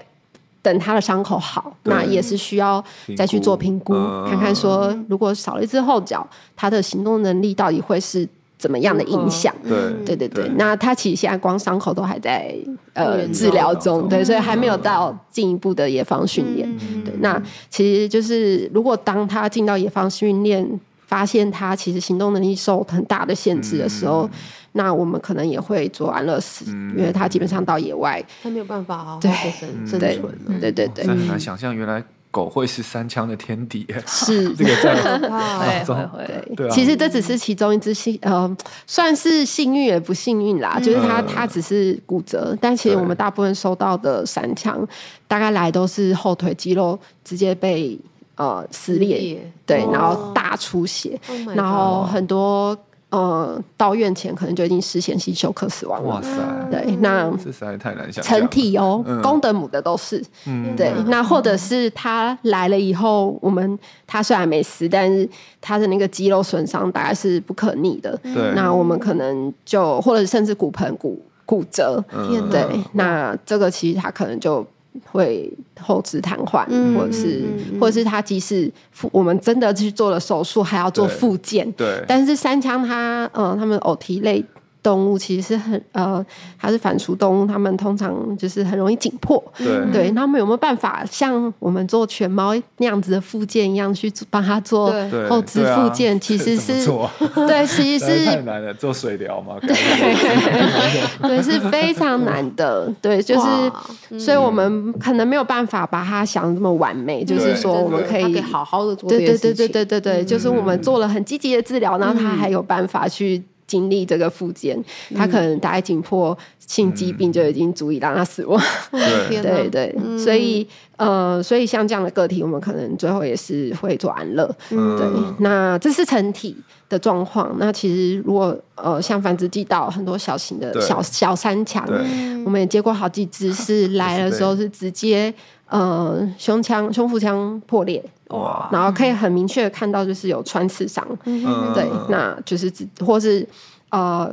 等他的伤口好，
对
那也是需要再去做评估，
评估嗯
看看说如果少了一只后脚，他的行动能力到底会是怎么样的影响。
对
对对对，
嗯对
那他其实现在光伤口都还在呃
嗯
治疗中，
嗯
对，所以还没有到进一步的野放训练。对，那其实就是如果当他进到野放训练发现他其实行动能力受很大的限制的时候，
嗯
那我们可能也会做安乐死，
嗯
因为他基本上到野外，
他没有办法好好
对
的生生
对
存 *laughs* 了，
嗯
对对对嗯
真，很难想象，原来狗会是三枪的天敌 *laughs* 耶，
是
这个真的
*laughs*
*laughs*
哇，
会
中
会会，
对啊
其实这只是其中一只幸，呃，算是幸运也不幸运啦，就是它
嗯
它只是骨折，但其实
对
我们大部分收到的散枪，大概来都是后腿肌肉直接被呃撕裂，对，然后大出血，
哦 Oh my god，
然后很多呃到院前可能就已经失血性休克死亡
哇
了，
塞，
对，那
这实在太难想象了。
成体哦
嗯，
公的母的都是，
嗯，
对
嗯，
那或者是他来了以后，我们他虽然没死，但是他的那个肌肉损伤大概是不可逆的。
嗯
对
那我们可能就或者甚至骨盆骨骨折，
嗯
天哪
对，那这个其实他可能就会后肢瘫痪，
嗯
或者是
嗯嗯嗯
或者是他即使复我们真的去做了手术，还要做
对
复健，
对，
但是三枪它呃，它们偶蹄类动物其实是很呃，它是反刍动物，它们通常就是很容易紧迫。
对
嗯
对，那他们有没有办法像我们做犬猫那样子的附件一样去做帮它做
对
对
后肢
对啊
附件？其
这 *laughs*
实
怎么
是
做啊
对， *laughs* 其实
实在太
是
难了，做水疗嘛，
*laughs* 对是非常难的。对，就是
哇嗯
所以我们可能没有办法把它想得这么完美，就是
对
说我们
真的
可
他
以
好好的做这件
对对
事
对
情，
对对对对，就是
嗯
我们做了很积极的治疗，然后
嗯
他还有办法去经历这个复健，他可能大概紧迫性疾
嗯
病就已经足以让他死亡。
对
天哪
对对，所以呃，所以像这样的个体，我们可能最后也是会做安乐。对
嗯，，
那这是成体的状况。那其实如果呃，像繁殖季道很多小型的
对
小小山墙，
对
我们也接过好几只是来了之后是直接呃胸腔胸腹腔破裂，
哇，
然后可以很明确的看到就是有穿刺伤，
哦嗯
对，那就是只或是呃，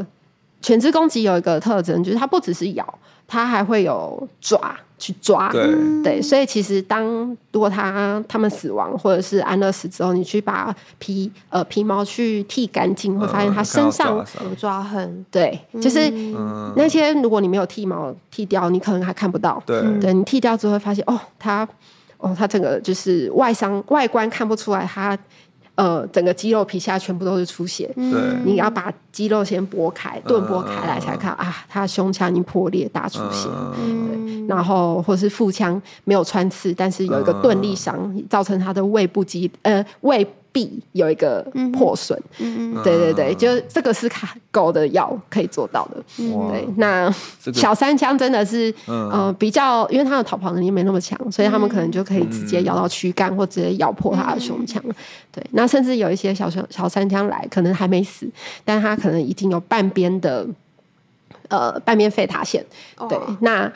犬只攻击有一个特征，就是它不只是咬，它还会有爪去抓。
对
对所以其实当如果它它们死亡或者是安乐死之后，你去把皮呃皮毛去剃干净，会发现它身上、
有抓痕，
对，就是
嗯，
那些如果你没有剃毛剃掉，你可能还看不到。
对
对你剃掉之后会发现，哦，它，哦，它整个就是外伤外观看不出来，它呃整个肌肉皮下全部都是出血。
对
你要把肌肉先拨开，钝拨开来才看啊，它胸腔已经破裂大出血，
嗯
对，然后或是腹腔没有穿刺，但是有一个钝力伤，造成它的胃部肌呃胃壁有一个破损，对对对，就是这个是卡狗的药可以做到的，
哇
嗯对，那
嗯这个
小三枪真的是，
嗯
呃，比较，因为它的逃跑能力没那么强，所以他们可能就可以直
嗯
接咬到躯干，或直接咬破它的胸腔。对，那甚至有一些小小小三枪来，可能还没死，但它可能已经有半边的，呃，半边肺塌陷。对
哇，
那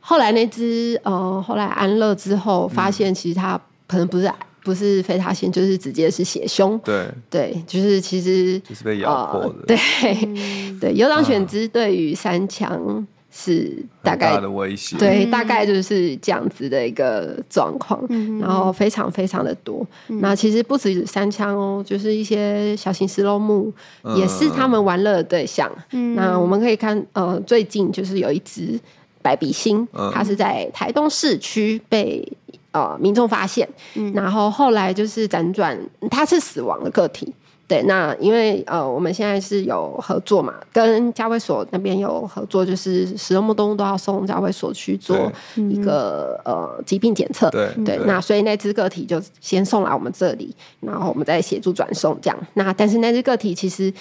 后来那只，呃，后来安乐之
嗯
后，发现其实它可能不是不是肺塌陷，就是直接是血胸。
对，
对，就是其实
就是被咬破的，嗯
呃，对对，有党选之对于三强是大概、
的威胁，
对，大概就是这样子的一个状况，然后非常非常的多。那其实不止三枪哦，就是一些小型石头木、
嗯
也是他们玩乐的对象。那我们可以看，呃，最近就是有一只白鼻星，
嗯
它是在台东市区被。呃，民众发现，然后后来就是辗转，它是死亡的个体。对，那因为呃，我们现在是有合作嘛，跟家卫所那边有合作，就是食肉目动物都要送家卫所去做一个呃疾病检测。
对
对，那所以那只个体就先送来我们这里，然后我们再协助转送这样。那但是那只个体其实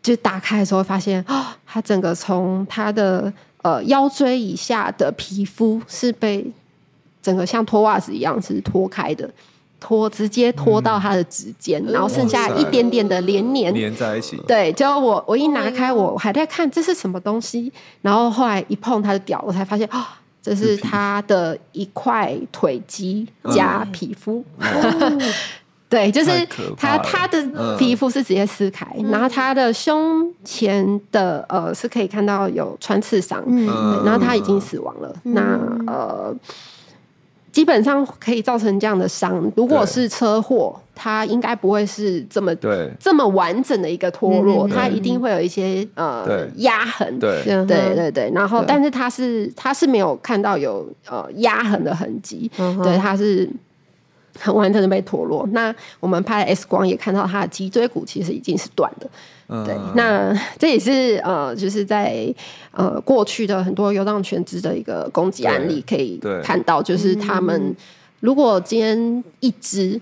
就打开的时候会发现，哦，它整个从它的呃腰椎以下的皮肤是被整个像脱袜子一样是脱开的，脱直接脱到它的指尖，然后剩下一点点的连黏。
连在一起，
对，就我我一拿开，我还在看这是什么东西，然后后来一碰它就掉，我才发现啊，这是它的一块腿肌加皮肤。 *laughs* 对，就是
嗯太可怕
它
了嗯
它的皮肤是直接撕开，然后它的胸前的呃是可以看到有穿刺伤，
嗯
对，然后他已经死亡了。
嗯
那呃，基本上可以造成这样的伤，如果
对
是车祸，他应该不会是这么
对
这么完整的一个脱落，
嗯啊
它
对
一定会有一些呃
对
压痕。
对
对对对，然后
对
但是它是它是没有看到有呃压痕的痕迹，
嗯哼
对，它是很完整的被脱落。那我们拍 X 光也看到他的脊椎骨其实已经是断的，
嗯
对，那这也是呃，就是在呃过去的很多游荡犬只的一个攻击案例可以
对
看到，就是他们如果今天一只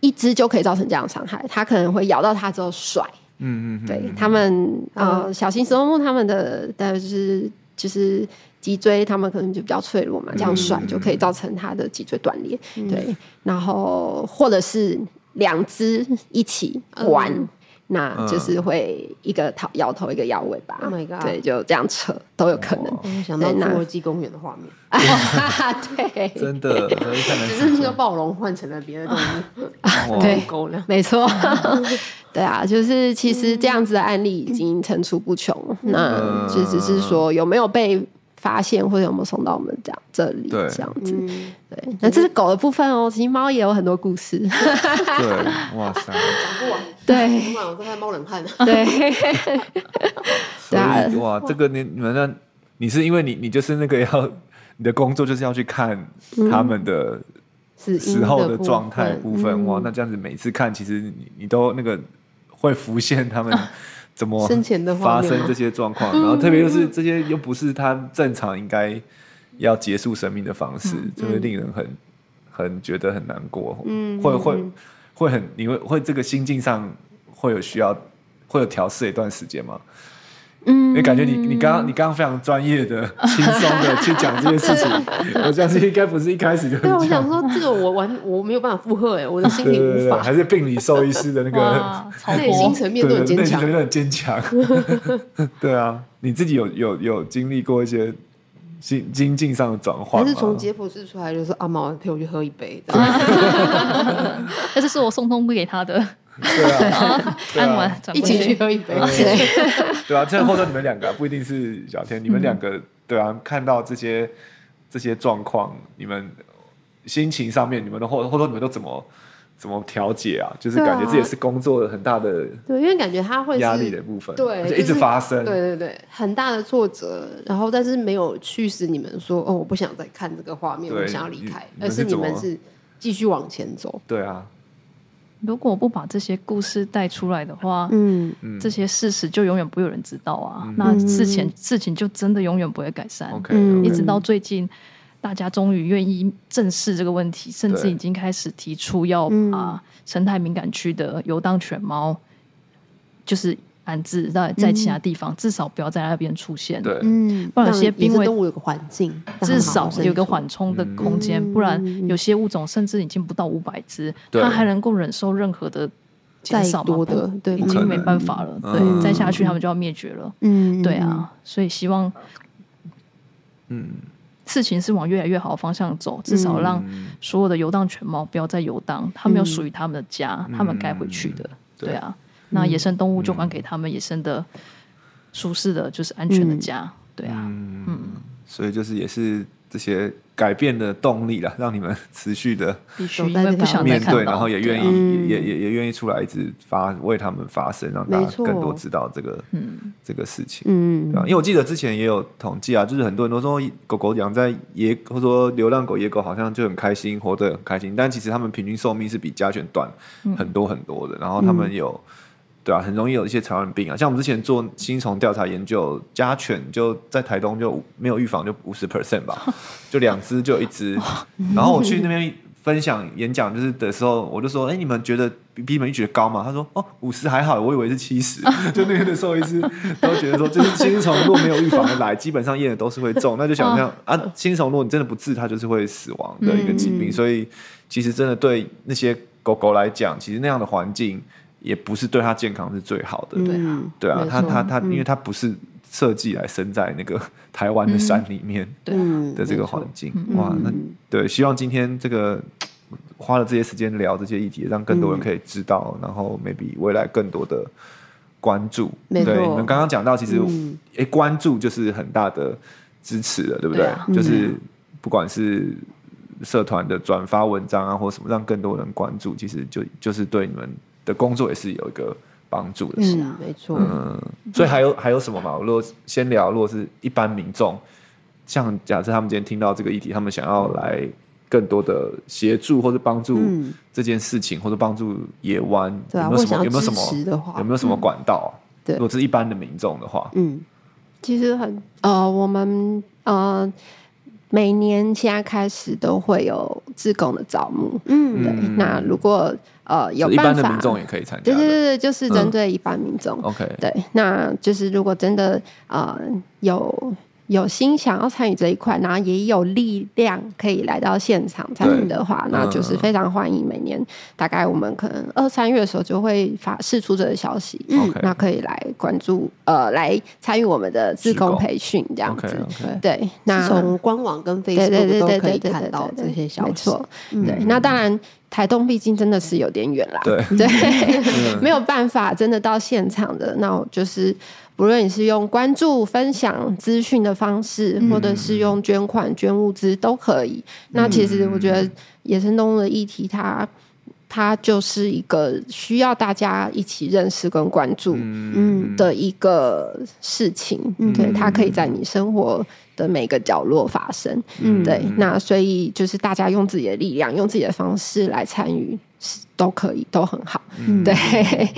一只就可以造成这样的伤害，它可能会咬到它之后甩。
嗯嗯嗯，
对他们呃，小型食肉目他们的的就是就是脊椎，他们可能就比较脆弱嘛，这样甩就可以造成它的脊椎断裂。对，然后或者是两只一起玩。那就是会一个头摇头，一个摇尾巴
Oh my god
对，就这样扯都有可能。
我想到
对那
侏罗纪公园的画面，
*laughs* 对，
真的，真的太难
只
想
是
象
说暴龙换成了别的动物，
*laughs* 哇
对
狗呢？*laughs*
没错，对啊，就是其实这样子的案例
嗯
已经层出不穷，那就只是说有没有被发现或者有没有送到我们这样这里
对
这样
嗯
子。对，那这是狗的部分哦，其实猫也有很多故
*laughs*
事。
对，哇塞，
不玩，
对
不玩，我在冒冷汗。
对
所
对啊
以哇，这个你你们那你是因为你你就是那个要你的工作就是要去看他们的
嗯是
时候的状态
部嗯
部分，哇，那这样子每次看，其实你你都那个会浮现他们怎么
啊生前的画
发
面
生
吗嗯
这些状况，然后特别就是这些又不是他正常应该要结束生命的方式，就会令人很很觉得很难过，
嗯
会会会很你会会这个心境上会有需要会有调试一段时间吗？因为
嗯，
感觉你你刚刚你刚刚非常专业的、 *laughs* 轻松的去讲这些事
*laughs*
情，我相信应该不是一开始就
*laughs* 对，我
这样
想说这个我完我没有办法负荷哎，我的心
对
理
对
无
对，
法，
还是病理兽医师的那个 *laughs*
哇，超
内心
多，
层面
对
都
对，
很坚
内心
强
层。面都很坚强。
*laughs*
对啊，你自己有有有经历过一些心心境上的转换
还
吗？
是从解剖室出来就说阿毛陪我去喝一杯，
那 *laughs* 这是我送东西给他的，
对啊，
*laughs*
对
按
啊
完，
*laughs*
转
一
过
起去
去。
喝一 *laughs* 杯。
*laughs* 对啊，这或者你们两
*laughs*
个不一定是小天，你们两
嗯
个对啊，看到这些这些状况，你们心情上面，你们的或或者你们都怎么怎么调节啊？就是感觉
对啊
这也是工作很大的
对，因为感觉他会是
压力的部分，
对
而且一
就
直
是
发生，
对对对，很大的挫折，然后但是没有驱使你们说哦，我不想再看这个画面，
对
我想要离开，
你
而是你
你
们
们是怎
是继续往前走。
对啊，
如果不把这些故事带出来的话，
嗯，
嗯
这些事实就永远不会有人知道啊。
嗯
那事情事情就真的永远不会改善。
，OK，
嗯
一直到最近，大家终于愿意正视这个问题，甚至
对
已经开始提出要
嗯
把生态敏感区的游荡犬猫，就是安置在在其他地方，至少不要在那边出现。
对，
嗯，
不然有
让
些
野
濒
生
危
动物有个环境，
至少有个
环
缓冲的空间，
嗯
不然有些物种甚至已经不到五百只，
对
它还能够忍受任何的减
再
少吗
多
不
的，对，
已
不可
经
能
没办法了。
嗯
对，再下去它们就要灭绝了。
嗯，
对啊，所以希望
嗯，
事情是往越来越好的方向走，至少让
嗯
所有的游荡犬猫不要再游荡，它们有属于它们的家，它们该回去的。
嗯对嗯
对啊，那野生动物就还给它们野生的、舒适的，就是安全的
嗯
家。对啊，
所以就是也是这些改变的动力啦，让你们 *laughs* 持续的
必须
走
因
在
为
这
不
条
想
路
再
面
看到，
对，然后也愿
对啊
意，也也也愿意出来一直发为他们发声，让大
嗯没
家
错
更多知道这个这个事情。
嗯
对啊，因为我记得之前也有统计啊，就是很多人都说狗狗养在野，或者说流浪狗、野狗好像就很开心，活得很开心，但其实它们平均寿命是比家犬短很多很多的。然后它们有，对啊，很容易有一些传染病啊，像我们之前做新虫调查研究，家犬就在台东就没有预防就五十 percent 吧，就两只就有一只。然后我去那边分享演讲就是的时候，我就说，哎、你们觉得比比你们预期的高吗？他说，哦，五十还好，我以为是七十。 *laughs* 就那边的兽医师都觉得说，这是新虫如果没有预防的来，基本上验的都是会中。那就想象啊，新虫如果你真的不治，它就是会死亡的一个疾
嗯
病。所以其实真的对那些狗狗来讲，其实那样的环境。也不是对它健康是最好的，
对
啊，
对啊，
没
它
错
它它，因为它不是设计来生在那个 *laughs* 台湾的山里面
对啊，
嗯
的这个
没错嗯
环境，哇，那对，希望今天这个花了这些时间聊这些议题，让更多人可以知道，然后 maybe 未来更多的关注。
没
对，
错
你们刚刚讲到，其实
嗯
诶、关注就是很大的支持了，对不对？
对啊
就是
嗯
不管是社团的转发文章啊，或什么，让更多人关注，其实就就是对你们的工作也是有一个帮助的。
嗯，没错，
嗯，所以还有还有什么嘛？如果先聊，如果是一般民众，像假设他们今天听到这个议题，他们想要来更多的协助或者帮助
嗯
这件事情，或者帮助野湾，
对啊，
有
或
没有什么
者想要
有没有
支
什么
持的话
有，没有什么管道啊？
对
如果是一般的民众的话，
嗯
其实很呃，我们呃每年现在开始都会有自贡的招募。
嗯
对，
嗯
那如果呃有
就一
办
般的
法，
民众也可以参加
对
的。
对对对，就是针
嗯
对一般民众。
OK，
对，那就是如果真的呃有有心想要参与这一块，然后也有力量可以来到现场参与的话，那
嗯
就是非常欢迎每年大概我们可能二三月的时候就会发释出这个消息。
嗯
OK
那可以来关注，呃，来参与我们的自
自
工
贡
培训啊这样子。
OK OK，
对
对，那
是从官网跟
对对
Facebook
对
都
对
可以
对对
看到
对
这
对
些消
没
息。
错，
嗯
对。那当然，台东毕竟真的是有点远啦，
对
*laughs* 对，没有办法真的到现场的。那我就是，不论你是用关注、分享资讯的方式，
嗯
或者是用捐款、捐物资都可以。那其实我觉得野生动物的议题它。它就是一个需要大家一起认识跟关注
嗯
的一个事情，
嗯
对，它可以在你生活的每个角落发生。
嗯
对，那所以就是大家用自己的力量，用自己的方式来参与，是都可以，都很好。
嗯 *laughs*
对，对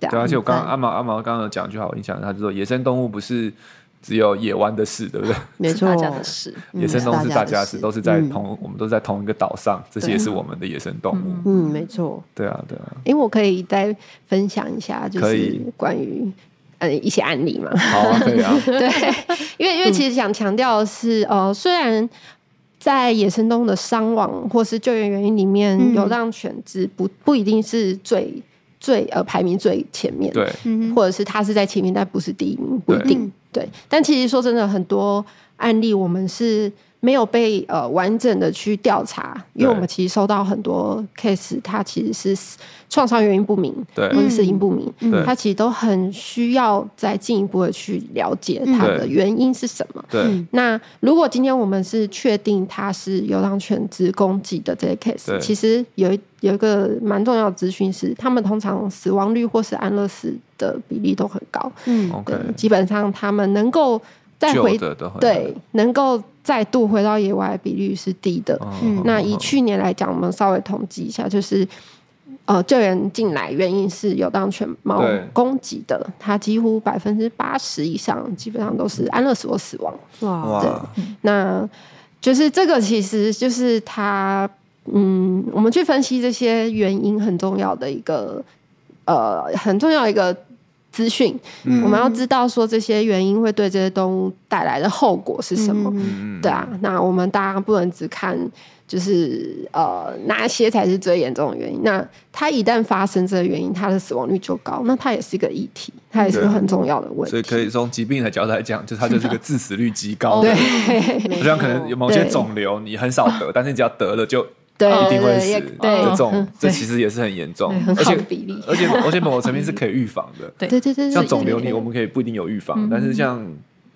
对，
啊
而且我刚阿毛阿毛刚刚有讲一句好我印象，他就说野生动物不是只有野湾的事，对不对？
没
是
错
大，家的事。
嗯
野生动物是大
家
家
的
是
事
都是在
嗯
同我们都在同一个岛上，这些也是我们的野生动物。
嗯，没错，
对啊，对啊，
因为我可以再分享一下，就
可
是
以
关于呃一些案例嘛。
好啊，可以啊，
对，因为因为其实想强调的是，呃，虽然。在野生动物的伤亡或是救援原因里面，
嗯
流浪犬只不不一定是最最呃排名最前面，
*laughs* 对，
嗯
或者是它是在前面，但不是第一名，不一定。
嗯
对，但其实说真的，很多案例我们是没有被呃完整的去调查，因为
对
我们其实收到很多 case，它其实是创伤原因不明，
对嗯
或者死因不明，
对
它其实都很需要再进一步的去了解它
嗯
的
对
原因是什么。
对，
那如果今天我们是确定它是流浪犬只攻击的这些
对
case，其实有一有一个蛮重要的资讯是，他们通常死亡率或是安乐死的比例都很高。
嗯
OK，
对基本上他们能够再
旧
回
的都很
对，能够再度回到野外的比率是低的。
嗯
那以去年来讲，我们稍微统计一下，就是呃，救援进来原因是有当犬猫
对
攻击的，它几乎百分之八十以上基本上都是安乐死或死亡。
哇，
哇，
那就是这个，其实就是它，嗯，我们去分析这些原因很重要的一个，呃，很重要一个资讯。
嗯
我们要知道说这些原因会对这些动物带来的后果是什么。
嗯
对啊，那我们大家不能只看，就是呃哪些才是最严重的原因。那它一旦发生这个原因，它的死亡率就高，那它也是一个议题，它也是个很重要的问题。
啊所以可以从疾病的角度来讲，就是它就是一个致死率极高的，
没
就像可
错
能有某些
对
肿瘤你很少得，但是你只要得了就
对
一定会
对
死
也，对
这种
嗯
这
对
其实也是很严重
对，很
而
好
且
的比例
而且而且某个层面是可以预防的，
对
对对对，
像
对
肿瘤
对
你我们可以不一定有预防
嗯，
但是像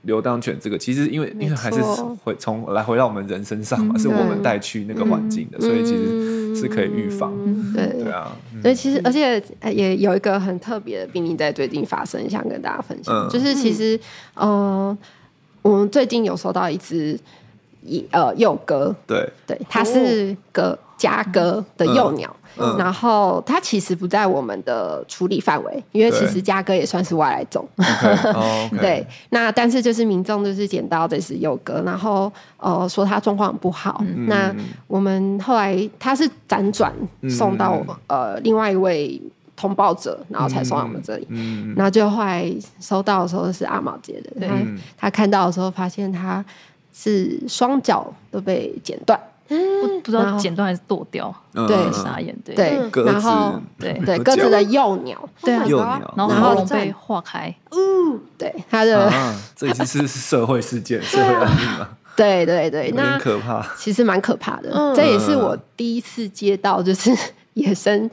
流浪犬这个，其实因为因为还是
没错
回从来回到我们人身上嘛，
嗯
是我们带去那个环境的，所以其实是可以预防，
嗯对
对啊，嗯
所以其实，而且呃也有一个很特别的病例在最近发生，想跟大家分享，
嗯
就是其实，嗯、我们最近有收到一只一呃幼鸽，
对，
对，它是个家鸽的幼鸟，
嗯嗯
然后它其实不在我们的处理范围，因为
对
其实家鸽也算是外来种， *laughs*
哦 OK
对，那但是就是民众就是捡到这只幼鸽，然后呃说它状况不好，
嗯
那我们后来它是辗转送到、
嗯
呃另外一位通报者，然后才送到我们这里。
嗯，
然后就后来收到的时候是阿毛接的，
对
他
嗯
他看到的时候发现它是双脚都被剪断，
不不知
然
道
后
剪断还是剁掉，
嗯
对
嗯嗯
傻眼，对
对
嗯鸽，子
然后
对
对鸽子的幼鸟，
对啊
Oh my
幼
god
鸟
然后
然后
喉咙
再
被化开，
对它的、
啊，这已经是是社会事件，社会案例嘛，
对对对，啊
有
那
点可怕。
其实蛮可怕的。
嗯
这也是我第一次接到，就是野生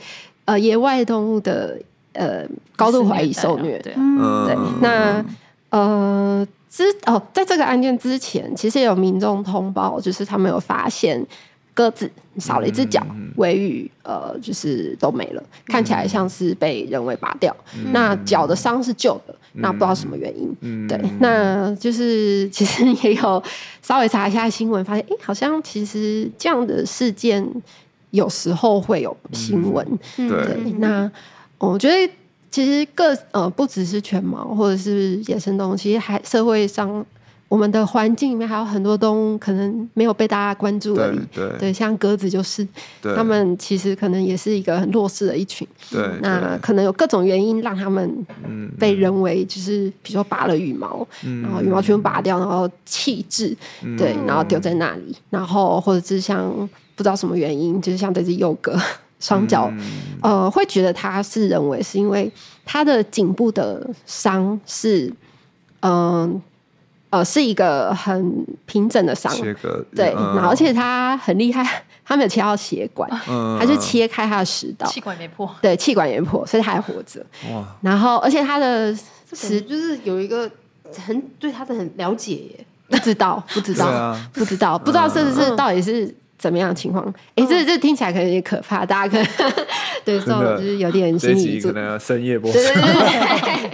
呃野外动物的呃高度怀疑受虐。
对啊，
嗯
对
嗯，
那呃之哦，在这个案件之前，其实有民众通报，就是他们有发现鸽子少了一只脚
嗯嗯嗯，
尾羽呃就是都没了，看起来像是被人为拔掉。那脚的伤是旧的，那不知道什么原因。
嗯，
对，那就是其实也有稍微查一下新闻，发现哎、诶好像其实这样的事件有时候会有新闻。
嗯
对
对，那我觉得其实各呃不只是犬猫或者是野生动物，其实还社会上我们的环境里面还有很多动物可能没有被大家关注而
对
已。
对
对，像鸽子就是，
对，
他们其实可能也是一个很弱势的一群。
对
那
对
可能有各种原因让他们
嗯
被人为就是，比如说拔了羽毛，
嗯
然后羽毛全部拔掉，然后弃置，
嗯
对，然后丢在那里，然后或者是像不知道什么原因，就是像这只幼鸽 *laughs* 双脚，
嗯
呃，会觉得它是人为，是因为它的颈部的伤是，嗯呃是一个很平整的伤，
切割
对，
嗯
然后而且它很厉害，它没有切到血管，
嗯
它就切开它的食道，
气管没破，
对，气管也破，所以它还活着。
哇，
然后，而且他的
是就是有一个很对他的很了解耶，
不知道，不知
对
道，
啊，
不知道，不知道这是
嗯
到底是怎么样的情况。哎、这这听起来可能有点可怕，大
*laughs*
家可能对，
的
所以我就是有点
这
心
一
理
集
做
可能要深夜播出
对，对对对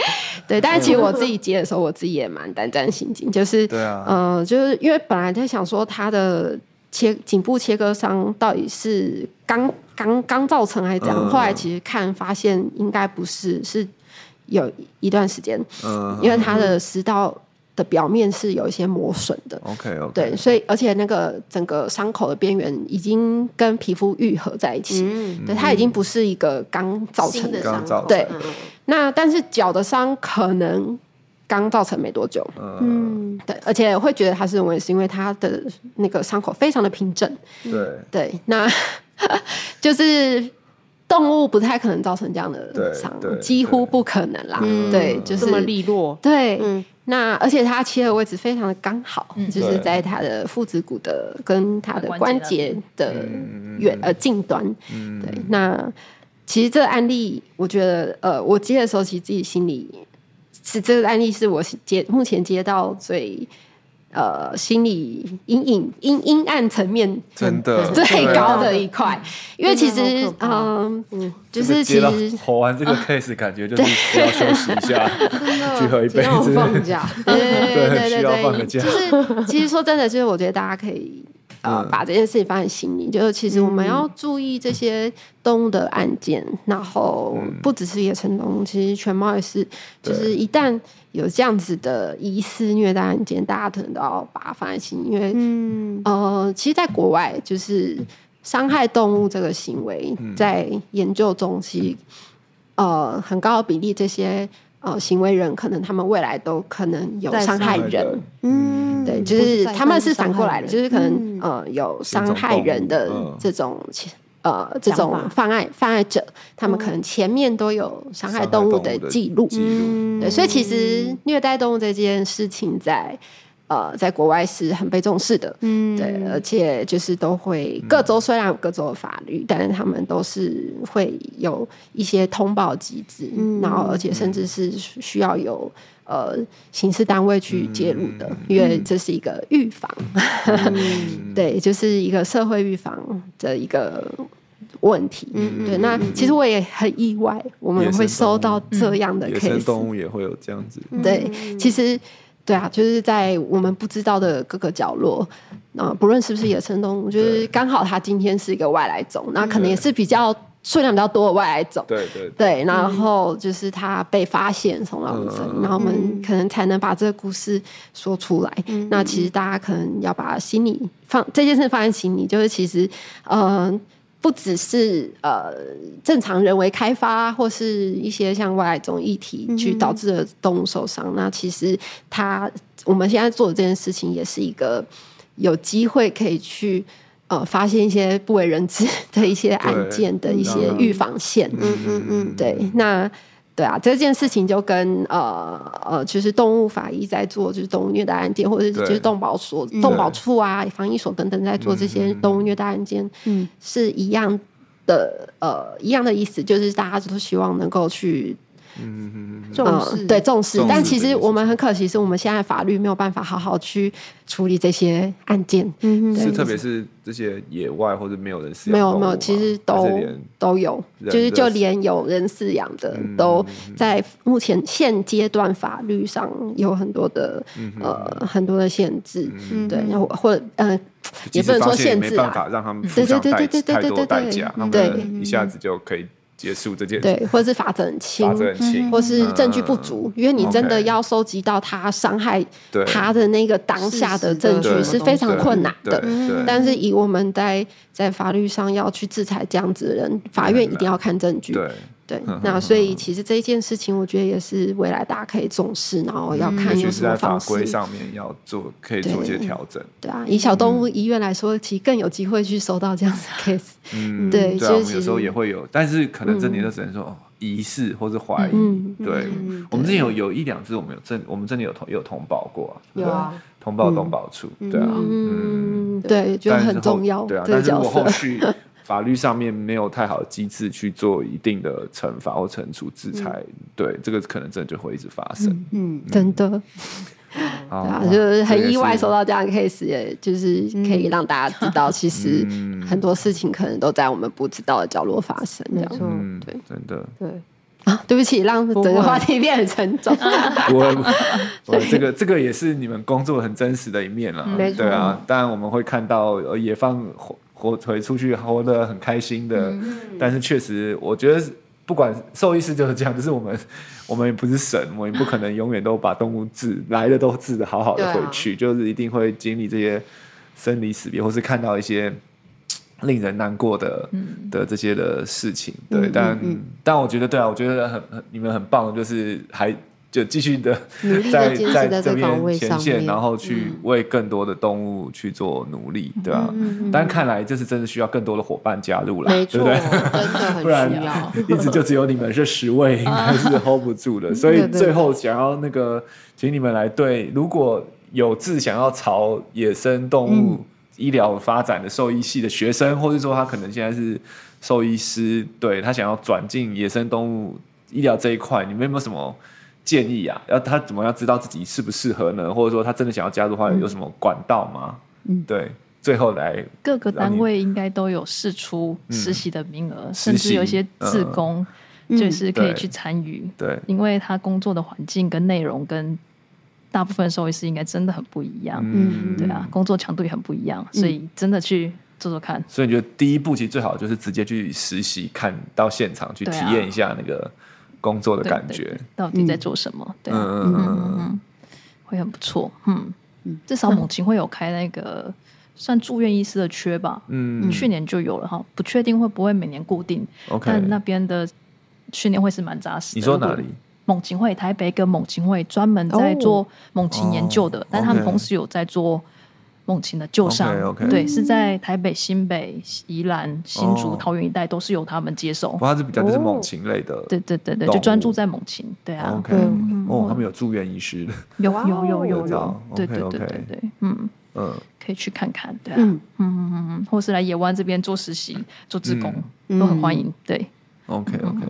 对，但是其实我自己接的时候，我自己也蛮胆战心惊，就是
对啊
呃，就是因为本来在想说他的切颈部切割伤到底是刚刚刚造成还是怎样，
嗯
后来其实看发现应该不是，是有一段时间，
嗯，
因为它的食道的表面是有一些磨损的。
OK OK，
对，所以而且那个整个伤口的边缘已经跟皮肤愈合在一起，
嗯，
对，它已经不是一个刚造成
新的
的
刚
伤
造
口，
成
对
嗯，
那但是脚的伤可能刚造成没多久，
嗯
嗯，
对，而且会觉得他是认为是因为他的那个伤口非常的平整，
对
对，那 *laughs* 就是动物不太可能造成这样的
对
伤
对，
几乎
对
不可能啦，
嗯
对，就是
这么利落，
对，
嗯
那而且它切的位置非常的刚好，
嗯
就是
对
在它的腹直骨的跟它的关节的
嗯
远呃近端。
嗯
对，那其实这个案例，我觉得呃，我接的时候其实自己心里是这个案例是我接目前接到最呃心理阴影阴阴暗层面
真的
最
对啊
高的一块，因为其实
真的
嗯、
好
就
真的
是
接
其
到
实
吼完这个 case，感觉就是需要休息一下，去喝一杯
请让我
之类
放
的。
假，
*laughs* 对对对对
需要放个
对，
假
就是其实说真的，就是我觉得大家可以呃
嗯
把这件事情放在心里，就是其实我们要注意这些动物的案件，然后不只是野生动物，其实犬猫也是，
嗯对
就是一旦有这样子的疑似虐待案件，大家可能都要把它放在心里，因为
嗯，
呃，其实，在国外就是伤害动物这个行为，在研究中其实呃很高的比例，这些呃行为人可能他们未来都可能有
在
伤害
伤害
人
人，
嗯
对，就是他们是反过来的，就是可能、
嗯
呃有伤害人的这种。呃，这
想
种
法嗯
犯案犯案者，他们可能前面都有伤害动物的记录，
记录，
嗯
对，所以其实虐待动物这件事情在呃在国外是很被重视的，
嗯
对，而且就是都会各州虽然有各州的法
嗯
律，但是他们都是会有一些通报机制，
嗯
然后而且甚至是需要有呃刑事单位去介入
嗯
的，因为这是一个预防， *laughs* 对，就是一个社会预防的一个问题。
嗯
对，那其实我也很意外，我们会收到这样
嗯
的
野
case，、
生动物也会有这样子，
对，其实对啊，就是在我们不知道的各个角落，啊、不论是不是野生动物，就是
对
刚好它今天是一个外来种，那可能也是比较数量比较多的外来种。
对对对，
对，然后就是它被发现送到我们这里，
嗯
然后我
嗯
们可能才能把这个故事说出来。
嗯
嗯那其实大家可能要把心里放这件事放在心里，就是其实，呃，不只是呃正常人为开发或是一些像外来种议题去导致的动物受伤，那其实它我们现在做的这件事情也是一个有机会可以去。呃，发现一些不为人知的一些案
对
件的一
当
些
然
预防线，
嗯嗯嗯，
对，那对啊，这件事情就跟呃呃，就是动物法医在做，就是动物虐待案件，或者是
对
就是动保所、动保处啊、防疫所等等在做这
嗯
些动物虐待案件，
嗯，
是一样的，呃，一样的意思，就是大家都希望能够去。
嗯嗯嗯嗯，
重视、
嗯、对重视
重。视
但
这
其
件
实
事
我们很可惜，是我们现在法律没有办法好好去处理这些案件，
嗯
是
哼，
特别是这些野外或者没有人饲养
没有
动
没
物
有，
吗
其实
还
都
是连
都有，
人
就是
的
就
饲
连有人饲养的
嗯
都
嗯嗯
在目前现阶段法律上有很多的
嗯哼
呃很多的限制，
嗯
对，然后或呃
即
也
使
不能
发
说
现也
限
没
制
办
啦，
法让他们付
对
上
对
代
对对对
太
对
多
对
代
对
价，他
对
们一下子就可以结束这件
对，或者是法则很轻
法。则很轻，嗯
或是证据不足，因为你真的
OK
要收集到他伤害
对
他的那个当下
事实的
的证
对
据是非常
对
困难的。
对对
但是以我们在在法律上要去制裁这样子的人，法院一定要看证据。
对，
对
嗯，
那所以其实这一件事情，我觉得也是未来大家可以重视，然后要
也
看
许
有
嗯是
什
在
么
法
方
规
式。
上面要做可以做一些调整，
对啊，以小动物医院来说，其实更有机会去收到这
*laughs*
样子的 case。
嗯，
对
对
就
啊，
是
我们有
其
时候
实
也会有，但是可能这里就只能说哦疑似或是怀疑，
嗯，
对
嗯，
我们之前有有一两只，我们有真，我们真的有通有通报过啊，对
有啊，
通报动保处，对啊，
嗯，对，就
但是
很
后
重要
对啊，
这
但
个
是如
角
果后
色。
续法律上面没有太好的机制去做一定的惩罚或惩处制裁，对这个可能真的就会一直发生。
嗯，
真的，
好
对啊，
哇
就是很意外收
这个是嗯
到这样的 case，也就是可以让大家知道，其实很多事情可能都在我们不知道的角落发生。这
没
样
错，
嗯
对，
真的，
对，
啊，对不起，让整
不会
个话题变得沉
*laughs*
重。
我我这个这个也是你们工作很真实的一面啦，
嗯没错
对啊，当然我们会看到呃野放活活腿出去活得很开心的，
嗯
但是确实我觉得不管兽医师就是这样，就是我们 *laughs* 我们也不是神，我们也不可能永远都把动物治来的都治的好好的回
对啊
去，就是一定会经历这些生离死别，或是看到一些。
嗯
令人难过的的这些的事情，
嗯
对，但、但我觉得对啊，我觉得很很你们很棒，就是还就继续的
努力地
在
坚持
在
在
这
这个
边
岗位
前
上
线，
面嗯
然后去为更多的动物去做努力，对啊，但看来这是真的需要更多的伙伴加入了，
嗯没
对
错，
不对？
真的
*laughs*
很
不然
需要。
一直就只有你们这十位，
*laughs*
应该是 hold 不住的。所以
对对
最后想要那个，请你们来对，如果有志想要朝野生动
嗯
物医疗发展的兽医系的学生，或是说他可能现在是兽医师，对他想要转进野生动物医疗这一块，你们有没有什么？建议啊，要他怎么样知道自己适不适合呢？或者说他真的想要加入的话，有
嗯
什么管道吗？嗯，对，最后来
各个
让
单
你嗯
位应该都有试出实习的名额，甚
实习嗯
至有一些志工，就是可
对
以去参与，
对，
因为他工作的环境跟内容跟大部分兽医师应该真的很不一样，
嗯，
对啊，工作强度也很不一样，所以真的去做做看。
所以你觉得第一步其实最好就是直接去实习，看到现场去
对
体
啊
验一下那个工作的
对
感
对
觉
对。到底在做什么？对、啊，
嗯嗯嗯嗯
嗯，会很不错，嗯，至少猛禽会有开那个算住院医师的缺吧，
嗯
去年就有了哈，不确定会不会每年固定，
，OK。
但那边的训练会是蛮扎实的。
你说
如果
哪里？
猛禽会台北跟猛禽会专门在做猛禽研究的，
哦
但他们
OK
同时有在做猛禽的救伤。
OK，OK
对，是在台北、新北、宜兰、新竹、
哦
桃园一带都是由他们接手
不。过它是比较就是
哦
猛禽类的。
对对对对，
懂
就专注在猛禽。对嗯啊
OK，哦，他们有住院医师的。
有
哇哦
有有有
知道
有，对对
OK，OK
对对对，嗯，
嗯，
可以去看看。对啊，嗯
嗯
嗯嗯嗯，或是来野湾这边做实习、做志工，
嗯
都很欢迎。对，
嗯 OK
嗯
OK，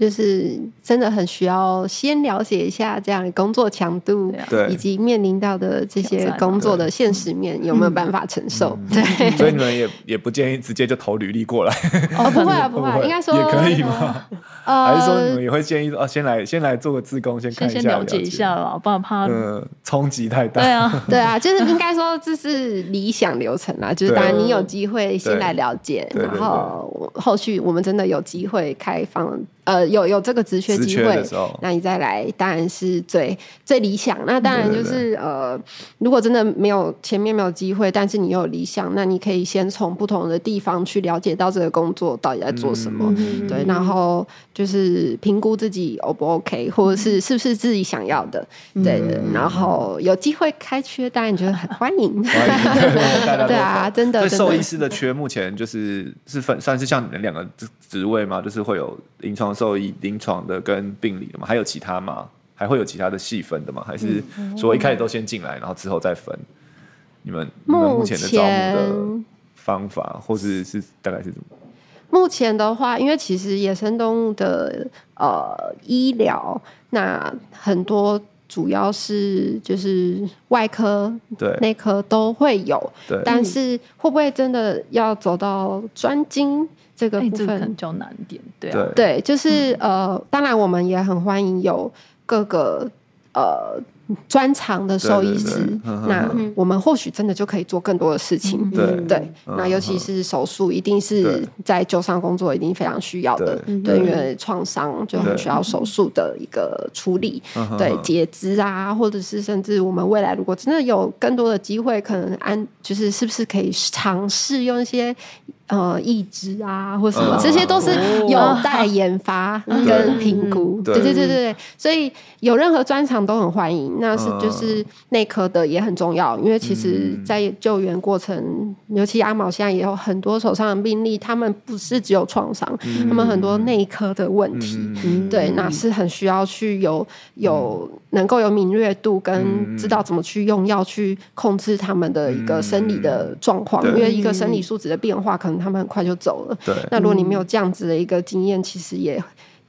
就是真的很需要先了解一下这样的工作强度
对啊，
对
以及面临到的这些工作的现实面有没有办法承受？对，
*laughs* 所以你们也也不建议直接就投履历过来，
哦，不会
*laughs*
啊，不
会不
会啊，
会
应该说
也可以吗？还是说你
呃
们，也会建议说，哦，先来先来做个志工，先看
先
一下
先了解一下，啦，不然怕。
嗯，冲击太大。
对啊，
对啊，就是应该说这是理想流程啦，就是当然
对
你有机会先来了解，
对对对
然后后续我们真的有机会开放，呃，有有这个职缺
职
机
缺
会
的时候，
那你再来当然是最最理想。那当然
对
就
对
是呃，如果真的没有前面没有机会，但是你有理想，那你可以先从不同的地方去了解到这个工作到底在做什么，
嗯
对，然后就是评估自己 O 不 OK，或
嗯
者是是不是自己想要的，对，然后有机会开缺，当然觉得
*laughs*
很欢迎。
大家都
对啊，真的
所以
真
兽医
的，
师的缺目前就是是分算是像你们两个职职位吗？就是会有临床兽医、临床的跟病理的吗？还有其他吗？还会有其他的细分的吗？还是
嗯
说一开始都先进来，然后之后再分？你们你们目前的招募的
前
方法，或是是大概是怎么？
*laughs* 目前的话，因为其实野生动物的呃医疗，那很多主要是就是外科、
对
内科都会有，
对，
嗯
但是会不会真的要走到专精这个
哎，
部
这个可能
分
比？较难一点，对啊，
对嗯
对，就是、呃，当然我们也很欢迎有各个呃专长的兽医
对
师，
对对嗯哼
那
哼
我们或许真的就可以做更多的事情。
嗯
对
嗯
对，
嗯
那尤其是手术，一定是
对
在旧伤工作一定非常需要的，
对
对，
嗯
因为创伤就很
对
需要手术的一个处理，
嗯哼
对
哼
截肢啊，或者是甚至我们未来如果真的有更多的机会，可能安就是是不是可以尝试用一些呃义肢啊或什么，
嗯
这些都是有待研发
嗯
跟评估。
对
对对对对对，所以有任何专长都很欢迎。那是
嗯
就是内科的也很重要，因为其实
嗯，
在救援过程，尤其阿毛现在也有很多手上的病例，他们不是只有创伤，
嗯
他们很多内科的问题。
嗯嗯
嗯
对，
嗯
那是很需要去有有能够有敏锐度，
嗯
跟知道怎么去用药去控制他们的一个生理的状况，
嗯嗯对
因为一个生理素质的变化，可能他们很快就走了。
对
那如果你没有
嗯
这样子的一个经验，其实也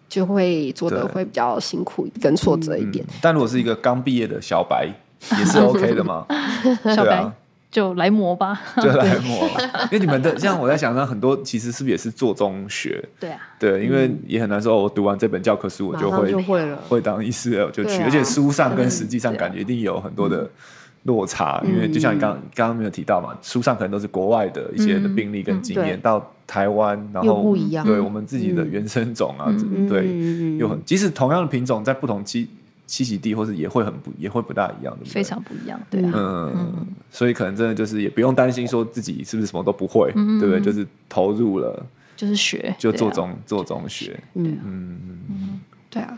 就会做的
对
会比较辛苦跟挫折一点
嗯。但如果是一个刚毕业的小白，也
*laughs*
是 OK 的嘛？
小
对
白、
啊
就来磨吧，
*laughs*
就来磨嘛，因为你们的像我在想，那很多其实是不是也是做中学？
对啊，
对，因为也很难说，哦我读完这本教科书，我
马
就
上
会
就会了。
会当医师了，我就
对
去。
啊
而且书上跟
嗯
实际上
对啊
感觉一定有很多的落差，因为就像你
嗯
刚刚刚没有提到嘛，书上可能都是国外的一些的
嗯
病例跟经验，
对
到台湾然
又
后
不一样
对
嗯
我们自己的原生种啊，
嗯
对，
嗯
又很即使同样的品种，在不同栖栖息地，或是也会很不也会不大一样，对不对？
非常不一样，对啊，
嗯，所以可能真的就是也不用担心说自己是不是什么都不会，
嗯
对不对？
嗯
就是投入了，
就是学，
就
对啊
做中、做中学，
嗯，
嗯，
对啊，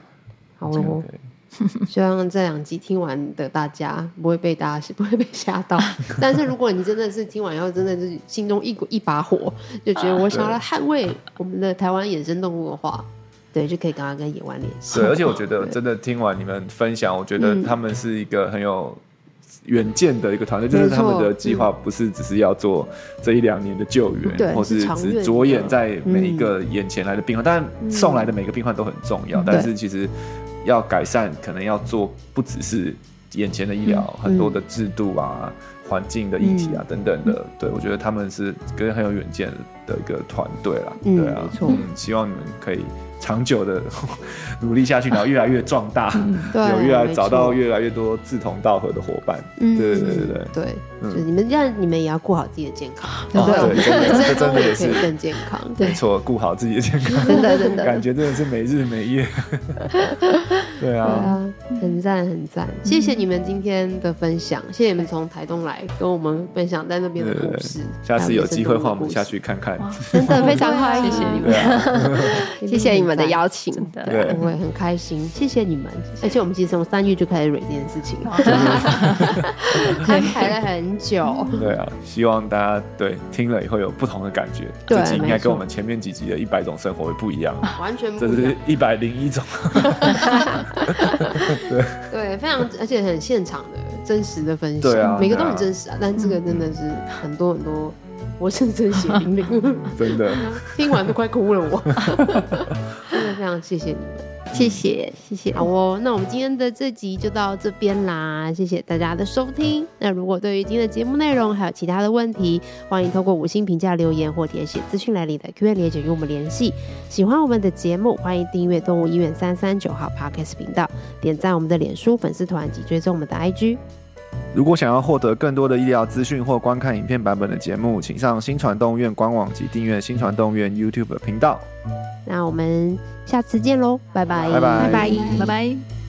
好
这
哦
样。可以
希望这两集听完的大家不会被大家不 *laughs* 会被吓到。但是如果你真的是听完以后，真的是心中一股一把火，就觉得我想要来捍卫我们的台湾野生动物的话，对，就可以赶快跟野湾联系
对，。而且我觉
*laughs*
得真的听完你们分享，我觉
嗯
得他们是一个很有远见的一个团队，就是
没错
他们的计划不是只是要做这一两年的救援，
对
或是
嗯是长远
只
的嗯
着眼在每一个眼前来的病患，当然送来的每个病患都很重要，但是其实要改善，可能要做不只是眼前的医疗，
嗯
很多的制度啊。环境的议题啊，等等的，对我觉得他们是跟很有远见的一个团队啦，
嗯
对啊，
没错
希望你们可以长久的 *laughs* 努力下去，然后越来越壮大，
嗯对
有越来
没
找到
错
越来越多志同道合的伙伴。
嗯
对对对对
对，
嗯
就是你们这样，你们也要顾好自己的健康，
哦
对，我
对
们
真的
*laughs* 野
这
生
真
动物
的也
也
是
可以更健康，
没
对，
错，顾好自己的健
*laughs*
康，
真的真的。
感觉真的是没日没
*laughs*
夜。对
对
啊，
嗯
啊，很赞很赞，谢谢你们今天的分享，谢谢你们从台东来跟我们分享在那边的故事。
下次有机会的话，我们下
去，
去看看。
哇
嗯真的非常欢迎，
谢谢你
对
们，
啊，
谢谢你们的邀请。
真的。
对
我也很开心，谢谢你们。而且我们其实从三月就开始蕊这件事情，
哦
哇
*laughs*
安排了很久。
对啊，希望大家对听了以后有不同的感觉。
对
这集应
没
该
错
跟我们前面几集的一百种生活会不一样，
完全不 *laughs*
这
一样
是，一百零一种。
对，非常而且很现场的真实的分析，
对啊
每个都
对
很
啊
真实啊。但这个真的是很多很多，我是真血淋
*laughs*
淋，
真的，
听完都快哭了我。真的非常谢谢你们。
谢谢，谢谢。
好哦，那我们今天的这集就到这边啦，谢谢大家的收听。那如果对于今天的节目内容还有其他的问题，欢迎透过五星评价留言或填写资讯栏里的 Q&A 连结与我们联系。喜欢我们的节目，欢迎订阅动物医院三三九号 Podcast 频道，点赞我们的脸书粉丝团及追踪我们的 IG。
如果想要获得更多的医疗资讯或观看影片版本的节目，请上新传动物院官网及订阅新传动物院 YouTube 频道。
那我们下次见喽，拜拜，
拜拜
拜拜。